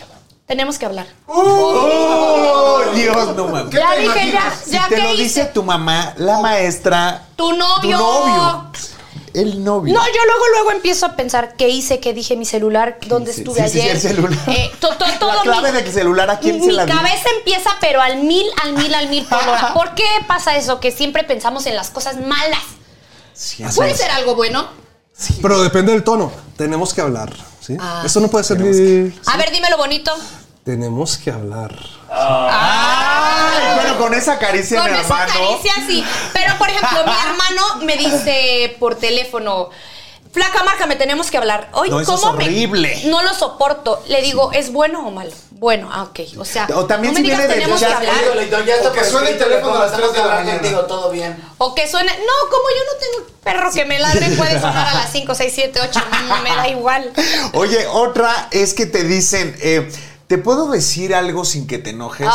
Speaker 1: tenemos que hablar.
Speaker 2: ¡Oh, Dios, no mames!
Speaker 1: Ya
Speaker 6: te
Speaker 1: dije, ya,
Speaker 6: imaginas?
Speaker 1: ya
Speaker 2: si te
Speaker 1: que
Speaker 2: lo
Speaker 1: hice.
Speaker 2: dice tu mamá, la maestra,
Speaker 1: Tu
Speaker 2: tu
Speaker 1: novio.
Speaker 2: novio. El novio.
Speaker 1: No, yo luego, luego empiezo a pensar qué hice, qué dije, mi celular, dónde
Speaker 2: Sí,
Speaker 1: estuve
Speaker 2: sí, sí,
Speaker 1: ayer.
Speaker 2: el celular.
Speaker 1: Eh, to- to-
Speaker 2: La
Speaker 1: todo
Speaker 2: clave
Speaker 1: mi-
Speaker 2: del celular, ¿a quién
Speaker 1: mi
Speaker 2: se la di?
Speaker 1: cabeza empieza, pero al mil, al mil, al mil
Speaker 2: [laughs]
Speaker 1: por hora. ¿Por qué pasa eso? Que siempre pensamos en las cosas malas. Puede ser algo bueno.
Speaker 3: Pero depende del tono. Tenemos que hablar. ¿sí?
Speaker 1: Ah.
Speaker 3: Eso no puede ser. eh,
Speaker 1: A ver, dime lo bonito.
Speaker 3: Tenemos que hablar.
Speaker 2: Ay, bueno, con esa caricia
Speaker 1: Con
Speaker 2: en la
Speaker 1: esa
Speaker 2: mano.
Speaker 1: caricia, sí. Pero, por ejemplo,
Speaker 2: [laughs]
Speaker 1: mi hermano me dice por teléfono. Flaca marca, me tenemos que hablar. Oye,
Speaker 2: No, eso
Speaker 1: ¿cómo
Speaker 2: es horrible.
Speaker 1: Me, no lo soporto. Le digo, ¿es bueno o malo? Bueno, ah, ok. O sea,
Speaker 2: O también
Speaker 1: no
Speaker 2: si
Speaker 1: me digas
Speaker 2: viene de
Speaker 1: tenemos que
Speaker 2: chat,
Speaker 1: hablar.
Speaker 6: Ya está que suena el teléfono a las 3 de la mañana. contigo, todo bien.
Speaker 1: O que suena. No, como yo no tengo perro que me ladre,
Speaker 2: [laughs]
Speaker 1: puede sonar a las 5, 6, 7, 8. Me da igual.
Speaker 2: Oye, otra es que te dicen, eh, ¿te puedo decir algo sin que te enojes?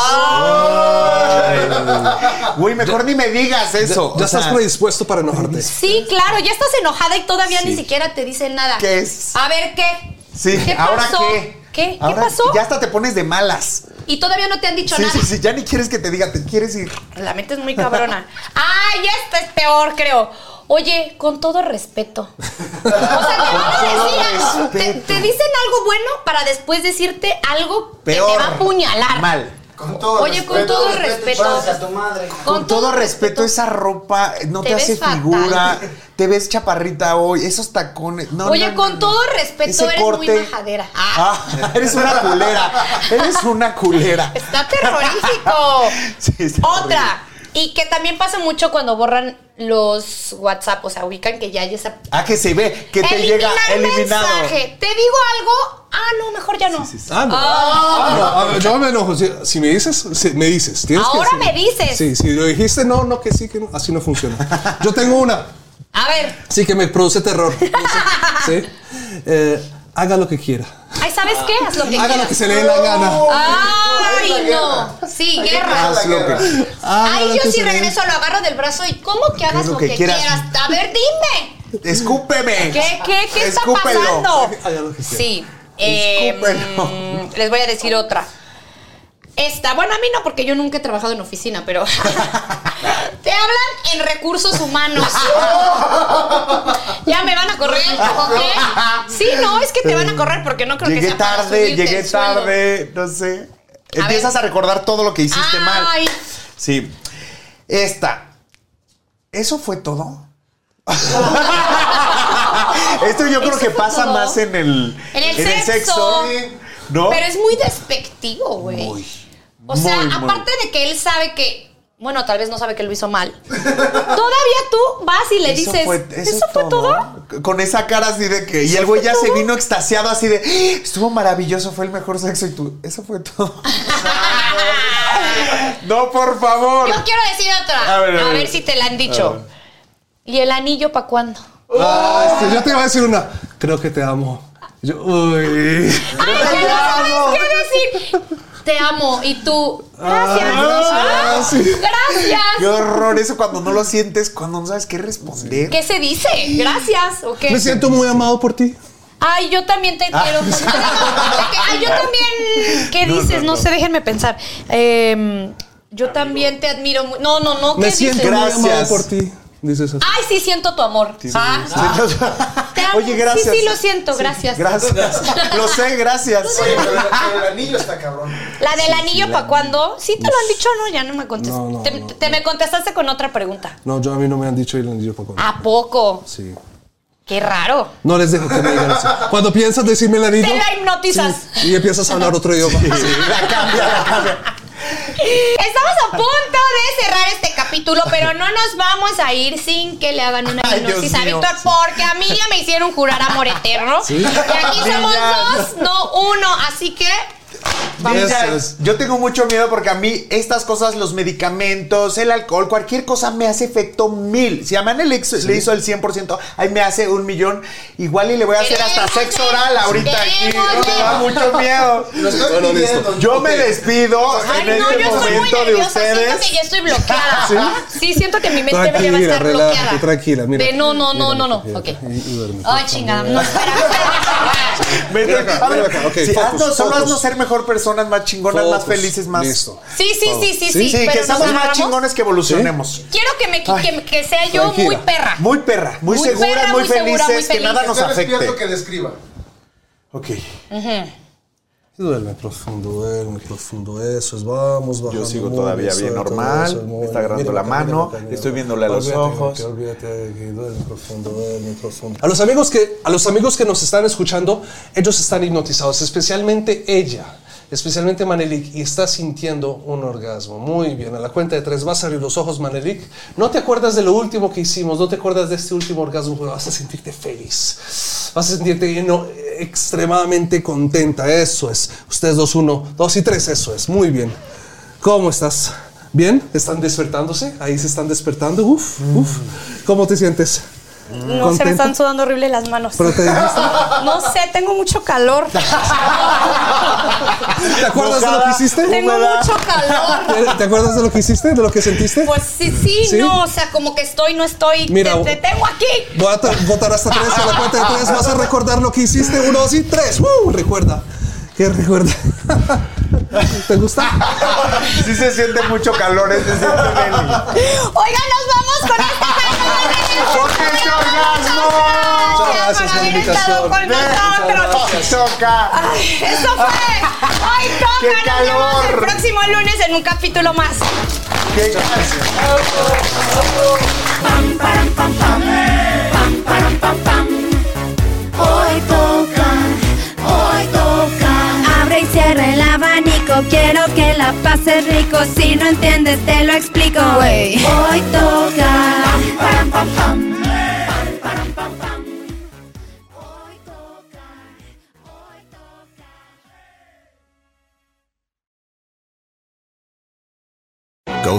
Speaker 2: Güey, mejor ni me digas eso.
Speaker 3: Ya
Speaker 2: O sea,
Speaker 3: estás predispuesto para enojarte.
Speaker 1: Sí, claro, ya estás enojada y todavía
Speaker 2: Sí.
Speaker 1: ni siquiera te dicen nada.
Speaker 2: ¿Qué es?
Speaker 1: A ver, ¿qué?
Speaker 2: Sí,
Speaker 1: ¿Qué
Speaker 2: ¿ahora
Speaker 1: pasó?
Speaker 2: qué?
Speaker 1: ¿Qué? ¿Qué
Speaker 2: Ahora
Speaker 1: pasó?
Speaker 2: Ya hasta te pones de malas.
Speaker 1: Y todavía no te han dicho
Speaker 2: Sí,
Speaker 1: nada.
Speaker 2: sí, sí, ya ni quieres que te diga, te quieres ir.
Speaker 1: La mente es muy cabrona. [laughs] ¡Ay, esta es peor, creo! Oye, con todo respeto. O
Speaker 2: [laughs]
Speaker 1: sea, te van a
Speaker 2: todo
Speaker 1: decir, te,
Speaker 2: respeto.
Speaker 1: te dicen algo bueno para después decirte algo
Speaker 2: Peor.
Speaker 1: que te va a apuñalar.
Speaker 2: Mal.
Speaker 6: Con todo
Speaker 1: Oye, con todo el respeto.
Speaker 6: chingas a tu madre.
Speaker 2: Con, todo respeto, esa ropa no te,
Speaker 1: Te
Speaker 2: hace
Speaker 1: ves fatal.
Speaker 2: figura. Te ves chaparrita hoy, esos tacones. No,
Speaker 1: Oye,
Speaker 2: no, no,
Speaker 1: con
Speaker 2: no.
Speaker 1: todo respeto,
Speaker 2: Ese
Speaker 1: eres
Speaker 2: corte.
Speaker 1: muy majadera. Ah,
Speaker 2: Ah, eres una culera. Eres una culera.
Speaker 1: Está terrorífico.
Speaker 2: [laughs] Sí, está
Speaker 1: Otra. Y que también pasa mucho cuando borran los WhatsApp, o sea, ubican que ya hay esa
Speaker 2: Ah, que se ve, que te
Speaker 1: Eliminar
Speaker 2: llega eliminado.
Speaker 1: mensaje. Te digo algo. Ah, no, mejor ya no.
Speaker 3: Ah, no.
Speaker 1: Ah,
Speaker 3: Ah, no, a ver, yo me enojo. Si, si me dices, si- me dices. Tienes que
Speaker 1: Ahora
Speaker 3: decirme.
Speaker 1: me dices.
Speaker 3: Sí, si lo dijiste, no, no, que sí, que no. Así no funciona. Yo tengo una.
Speaker 1: A ver,
Speaker 3: Sí, que me produce terror. Sí. Eh, haga lo que quiera.
Speaker 1: ay, ¿sabes qué? Haz lo que
Speaker 3: Haga
Speaker 1: quieras.
Speaker 3: lo que se le dé la gana.
Speaker 1: Ay, no. Sí, guerra.
Speaker 2: Ah, Haz lo que-
Speaker 3: Haga lo
Speaker 1: Ay,
Speaker 3: que
Speaker 1: yo
Speaker 3: se
Speaker 1: si
Speaker 3: le dé-
Speaker 1: regreso lo agarro del brazo y ¿cómo que hagas
Speaker 2: lo
Speaker 1: lo
Speaker 2: que
Speaker 1: que,
Speaker 2: quieras?
Speaker 1: quieras? A ver, dime.
Speaker 2: Escúpeme.
Speaker 1: ¿Qué, qué, qué está
Speaker 2: Escúpelo. [laughs]
Speaker 1: pasando?
Speaker 3: Haga lo que quiera.
Speaker 1: Sí. eh,
Speaker 2: Escúpelo.
Speaker 1: mm, les voy a decir otra. Esta, bueno, a mí no, porque yo nunca he trabajado en oficina, pero. [laughs] Te hablan en recursos humanos. ya me van a
Speaker 2: [laughs]
Speaker 1: correr. ¿o qué? Sí, no, es que te van a correr porque no creo que
Speaker 2: Llegué
Speaker 1: sea para
Speaker 2: tarde,
Speaker 1: subirte
Speaker 2: llegué
Speaker 1: el sueldo.
Speaker 2: tarde, no sé.
Speaker 1: A
Speaker 2: Empiezas a recordar todo lo que hiciste mal.
Speaker 1: Ay.
Speaker 2: Sí. Esta. ¿Eso fue todo? [laughs] Esto yo creo
Speaker 1: ¿Eso
Speaker 2: que
Speaker 1: fue
Speaker 2: pasa
Speaker 1: todo?
Speaker 2: más en el,
Speaker 1: En el sexo.
Speaker 2: ¿No?
Speaker 1: Pero es muy despectivo, güey. O sea,
Speaker 2: muy, muy.
Speaker 1: aparte de que él sabe que, bueno, tal vez no sabe que lo hizo mal. Todavía tú vas y le
Speaker 2: Eso
Speaker 1: dices,
Speaker 2: fue-
Speaker 1: ¿eso, fue todo?
Speaker 2: Con esa cara así de que. Y el güey ya se vino extasiado así de. "Ah, Estuvo maravilloso, fue el mejor sexo. Y tú, eso
Speaker 1: [laughs]
Speaker 2: fue todo. no, por favor.
Speaker 1: Yo quiero decir otra.
Speaker 2: A
Speaker 1: A
Speaker 2: ver,
Speaker 1: ver,
Speaker 2: a ver.
Speaker 1: si te la han dicho. ¿Y el anillo para cuándo?
Speaker 3: Ah, este, yo te iba a decir una. Creo que te amo. Yo, uy.
Speaker 1: ¡Ay, ya no sabes qué decir! Te amo. Y tú, gracias.
Speaker 2: Ah, gracias.
Speaker 1: Ah,
Speaker 2: Qué
Speaker 1: gracias.
Speaker 2: horror eso cuando no lo sientes, cuando no sabes qué responder.
Speaker 1: ¿Qué se dice? Gracias. ¿O qué?
Speaker 3: Me siento muy amado por ti.
Speaker 1: Ay, yo también te quiero. Ay, yo también. ¿Qué
Speaker 2: No, no,
Speaker 1: dices? No,
Speaker 2: no.
Speaker 1: sé, déjenme pensar. Em, yo también te admiro. mu- No, no, no. ¿Qué
Speaker 3: Me
Speaker 1: dices?
Speaker 3: siento muy
Speaker 2: Gracias.
Speaker 3: amado por ti. Dices eso.
Speaker 1: Ay, sí siento tu amor. Ah, te amo.
Speaker 2: Oye, gracias.
Speaker 1: Sí, sí, lo siento.
Speaker 2: Sí,
Speaker 1: gracias. [laughs]
Speaker 2: Gracias. Lo sé, gracias.
Speaker 6: Oye, pero el- el anillo está cabrón.
Speaker 1: La del anillo, ¿para cuándo? Sí te lo han dicho, ¿no? Ya no me contestas.
Speaker 3: No, no,
Speaker 1: te
Speaker 3: no,
Speaker 1: te me contestaste con otra pregunta.
Speaker 3: No, yo a mí no me han dicho el anillo para comer.
Speaker 1: ¿A poco?
Speaker 3: Sí.
Speaker 1: Qué raro.
Speaker 3: No les dejo que me digan eso. Cuando piensas decirme el anillo.
Speaker 1: Te la hipnotizas.
Speaker 3: sí, y empiezas a hablar otro idioma.
Speaker 2: La cambia, la cambia.
Speaker 1: Estamos a punto de cerrar este capítulo, pero no nos vamos a ir sin que le hagan una
Speaker 2: Ay, Dios
Speaker 1: hipnosis a
Speaker 2: mío.
Speaker 1: Víctor, porque a mí ya me hicieron jurar amor eterno. Y aquí
Speaker 2: Sí,
Speaker 1: somos
Speaker 2: ya.
Speaker 1: dos, no uno, así que
Speaker 2: Vamos ya.
Speaker 3: Gracias.
Speaker 2: Yo tengo mucho miedo porque a mí estas cosas, los medicamentos, el alcohol, cualquier cosa me hace efecto mil. Si a Mané le, hizo- le hizo el 100%, ahí me hace un millón. Igual y le voy a hacer hasta
Speaker 1: Queremos
Speaker 2: sexo
Speaker 1: ver.
Speaker 2: oral ahorita aquí.
Speaker 1: Queremos
Speaker 2: No, me da mucho miedo.
Speaker 6: Lo estoy pidiendo.
Speaker 2: Yo me despido
Speaker 1: Ay,
Speaker 2: en
Speaker 1: no,
Speaker 2: este
Speaker 1: yo estoy muy
Speaker 2: momento de
Speaker 1: nerviosa. Siento
Speaker 2: ustedes.
Speaker 1: que ya estoy bloqueada. ¿Sí? siento que mi mente ya va a
Speaker 3: Tranquila,
Speaker 1: estar
Speaker 3: relájate,
Speaker 1: bloqueada.
Speaker 3: tranquila. Mira.
Speaker 1: De no, no, no,
Speaker 3: Mira,
Speaker 1: no, no.
Speaker 3: mira,
Speaker 1: Ok.
Speaker 3: y- y duerme, por
Speaker 1: Ay,
Speaker 3: favor.
Speaker 1: chingada. No, espera, espera, espera.
Speaker 2: Vente
Speaker 3: Ven acá,
Speaker 2: a ver,
Speaker 3: ven acá, ok,
Speaker 2: sí,
Speaker 3: focus,
Speaker 2: haznos- solo
Speaker 3: focus.
Speaker 2: haznos ser mejor personas más chingonas, más
Speaker 3: Focus.
Speaker 2: felices, más.
Speaker 3: Listo.
Speaker 1: Sí, sí, sí, sí, sí.
Speaker 2: Sí,
Speaker 1: pero
Speaker 2: que
Speaker 1: nos
Speaker 2: seamos más
Speaker 1: agarramos.
Speaker 2: chingones que evolucionemos.
Speaker 1: Quiero que, me, que, que sea yo
Speaker 3: Tranquila.
Speaker 1: muy perra.
Speaker 2: Muy perra, muy,
Speaker 1: Muy
Speaker 2: seguras,
Speaker 1: perra,
Speaker 2: muy,
Speaker 1: muy segura,
Speaker 2: felices,
Speaker 1: muy
Speaker 2: que
Speaker 1: feliz.
Speaker 2: nada nos
Speaker 8: Está despierto
Speaker 2: afecte.
Speaker 8: que describa.
Speaker 2: Ok.
Speaker 3: Duerme profundo, duerme profundo, eso es, vamos, bajando.
Speaker 4: Yo sigo todavía bien normal, me está agarrando la mano, estoy viéndole a los ojos.
Speaker 3: A los amigos que a los amigos que nos están escuchando, ellos están hipnotizados, especialmente ella, especialmente Manelik y está sintiendo un orgasmo. Muy bien, a la cuenta de tres vas a abrir los ojos, Manelik. No te acuerdas de lo último que hicimos, no te acuerdas de este último orgasmo, pero vas a sentirte feliz. Vas a sentirte lleno, extremadamente contenta. Eso es. Ustedes dos, uno, dos y tres. Eso es. Muy bien. ¿Cómo estás? ¿Bien? ¿Están despertándose? Ahí se están despertando. Uf, uf. ¿Cómo te sientes?
Speaker 1: No, se me
Speaker 3: ¿Contenta?
Speaker 1: están sudando horrible las manos.
Speaker 3: ¿Pero te dijiste?
Speaker 1: No sé, tengo mucho
Speaker 3: [laughs]
Speaker 1: calor. [laughs]
Speaker 3: ¿Te acuerdas de lo que hiciste?
Speaker 1: tengo
Speaker 3: ¿Te-
Speaker 1: mucho calor.
Speaker 3: ¿Te acuerdas de lo que hiciste? ¿De lo que sentiste?
Speaker 1: Pues sí, sí,
Speaker 3: ¿Sí?
Speaker 1: no, o sea, como que estoy, no estoy.
Speaker 3: Mira,
Speaker 1: te, te tengo aquí.
Speaker 3: Voy a ta- votar hasta tres. A la cuenta de tres vas a recordar lo que hiciste. Uno, dos y tres. ¡Woo! Recuerda. ¿Qué recuerda? [laughs] ¿Te gusta?
Speaker 2: Sí se siente mucho calor, se siente Nelly.
Speaker 1: Oigan, nos vamos
Speaker 3: [laughs]
Speaker 1: con esta canción.
Speaker 2: ¡Porque este orgasmo!
Speaker 1: por
Speaker 3: Muchas gracias por la
Speaker 1: haber
Speaker 3: invitación.
Speaker 1: estado con nosotros.
Speaker 2: Nos toca!
Speaker 1: Ay, Eso fue.
Speaker 3: [laughs]
Speaker 1: Hoy toca. Nos
Speaker 2: ¡Qué
Speaker 1: vemos el
Speaker 2: calor!
Speaker 1: próximo lunes en un capítulo más.
Speaker 2: ¡Qué gracias!
Speaker 5: Hoy toca, hoy toca. Abre y cierra el abanico, quiero que la pases rico. Si no entiendes, te lo explico. Hoy toca. Hoy toca, hoy toca.
Speaker 7: Go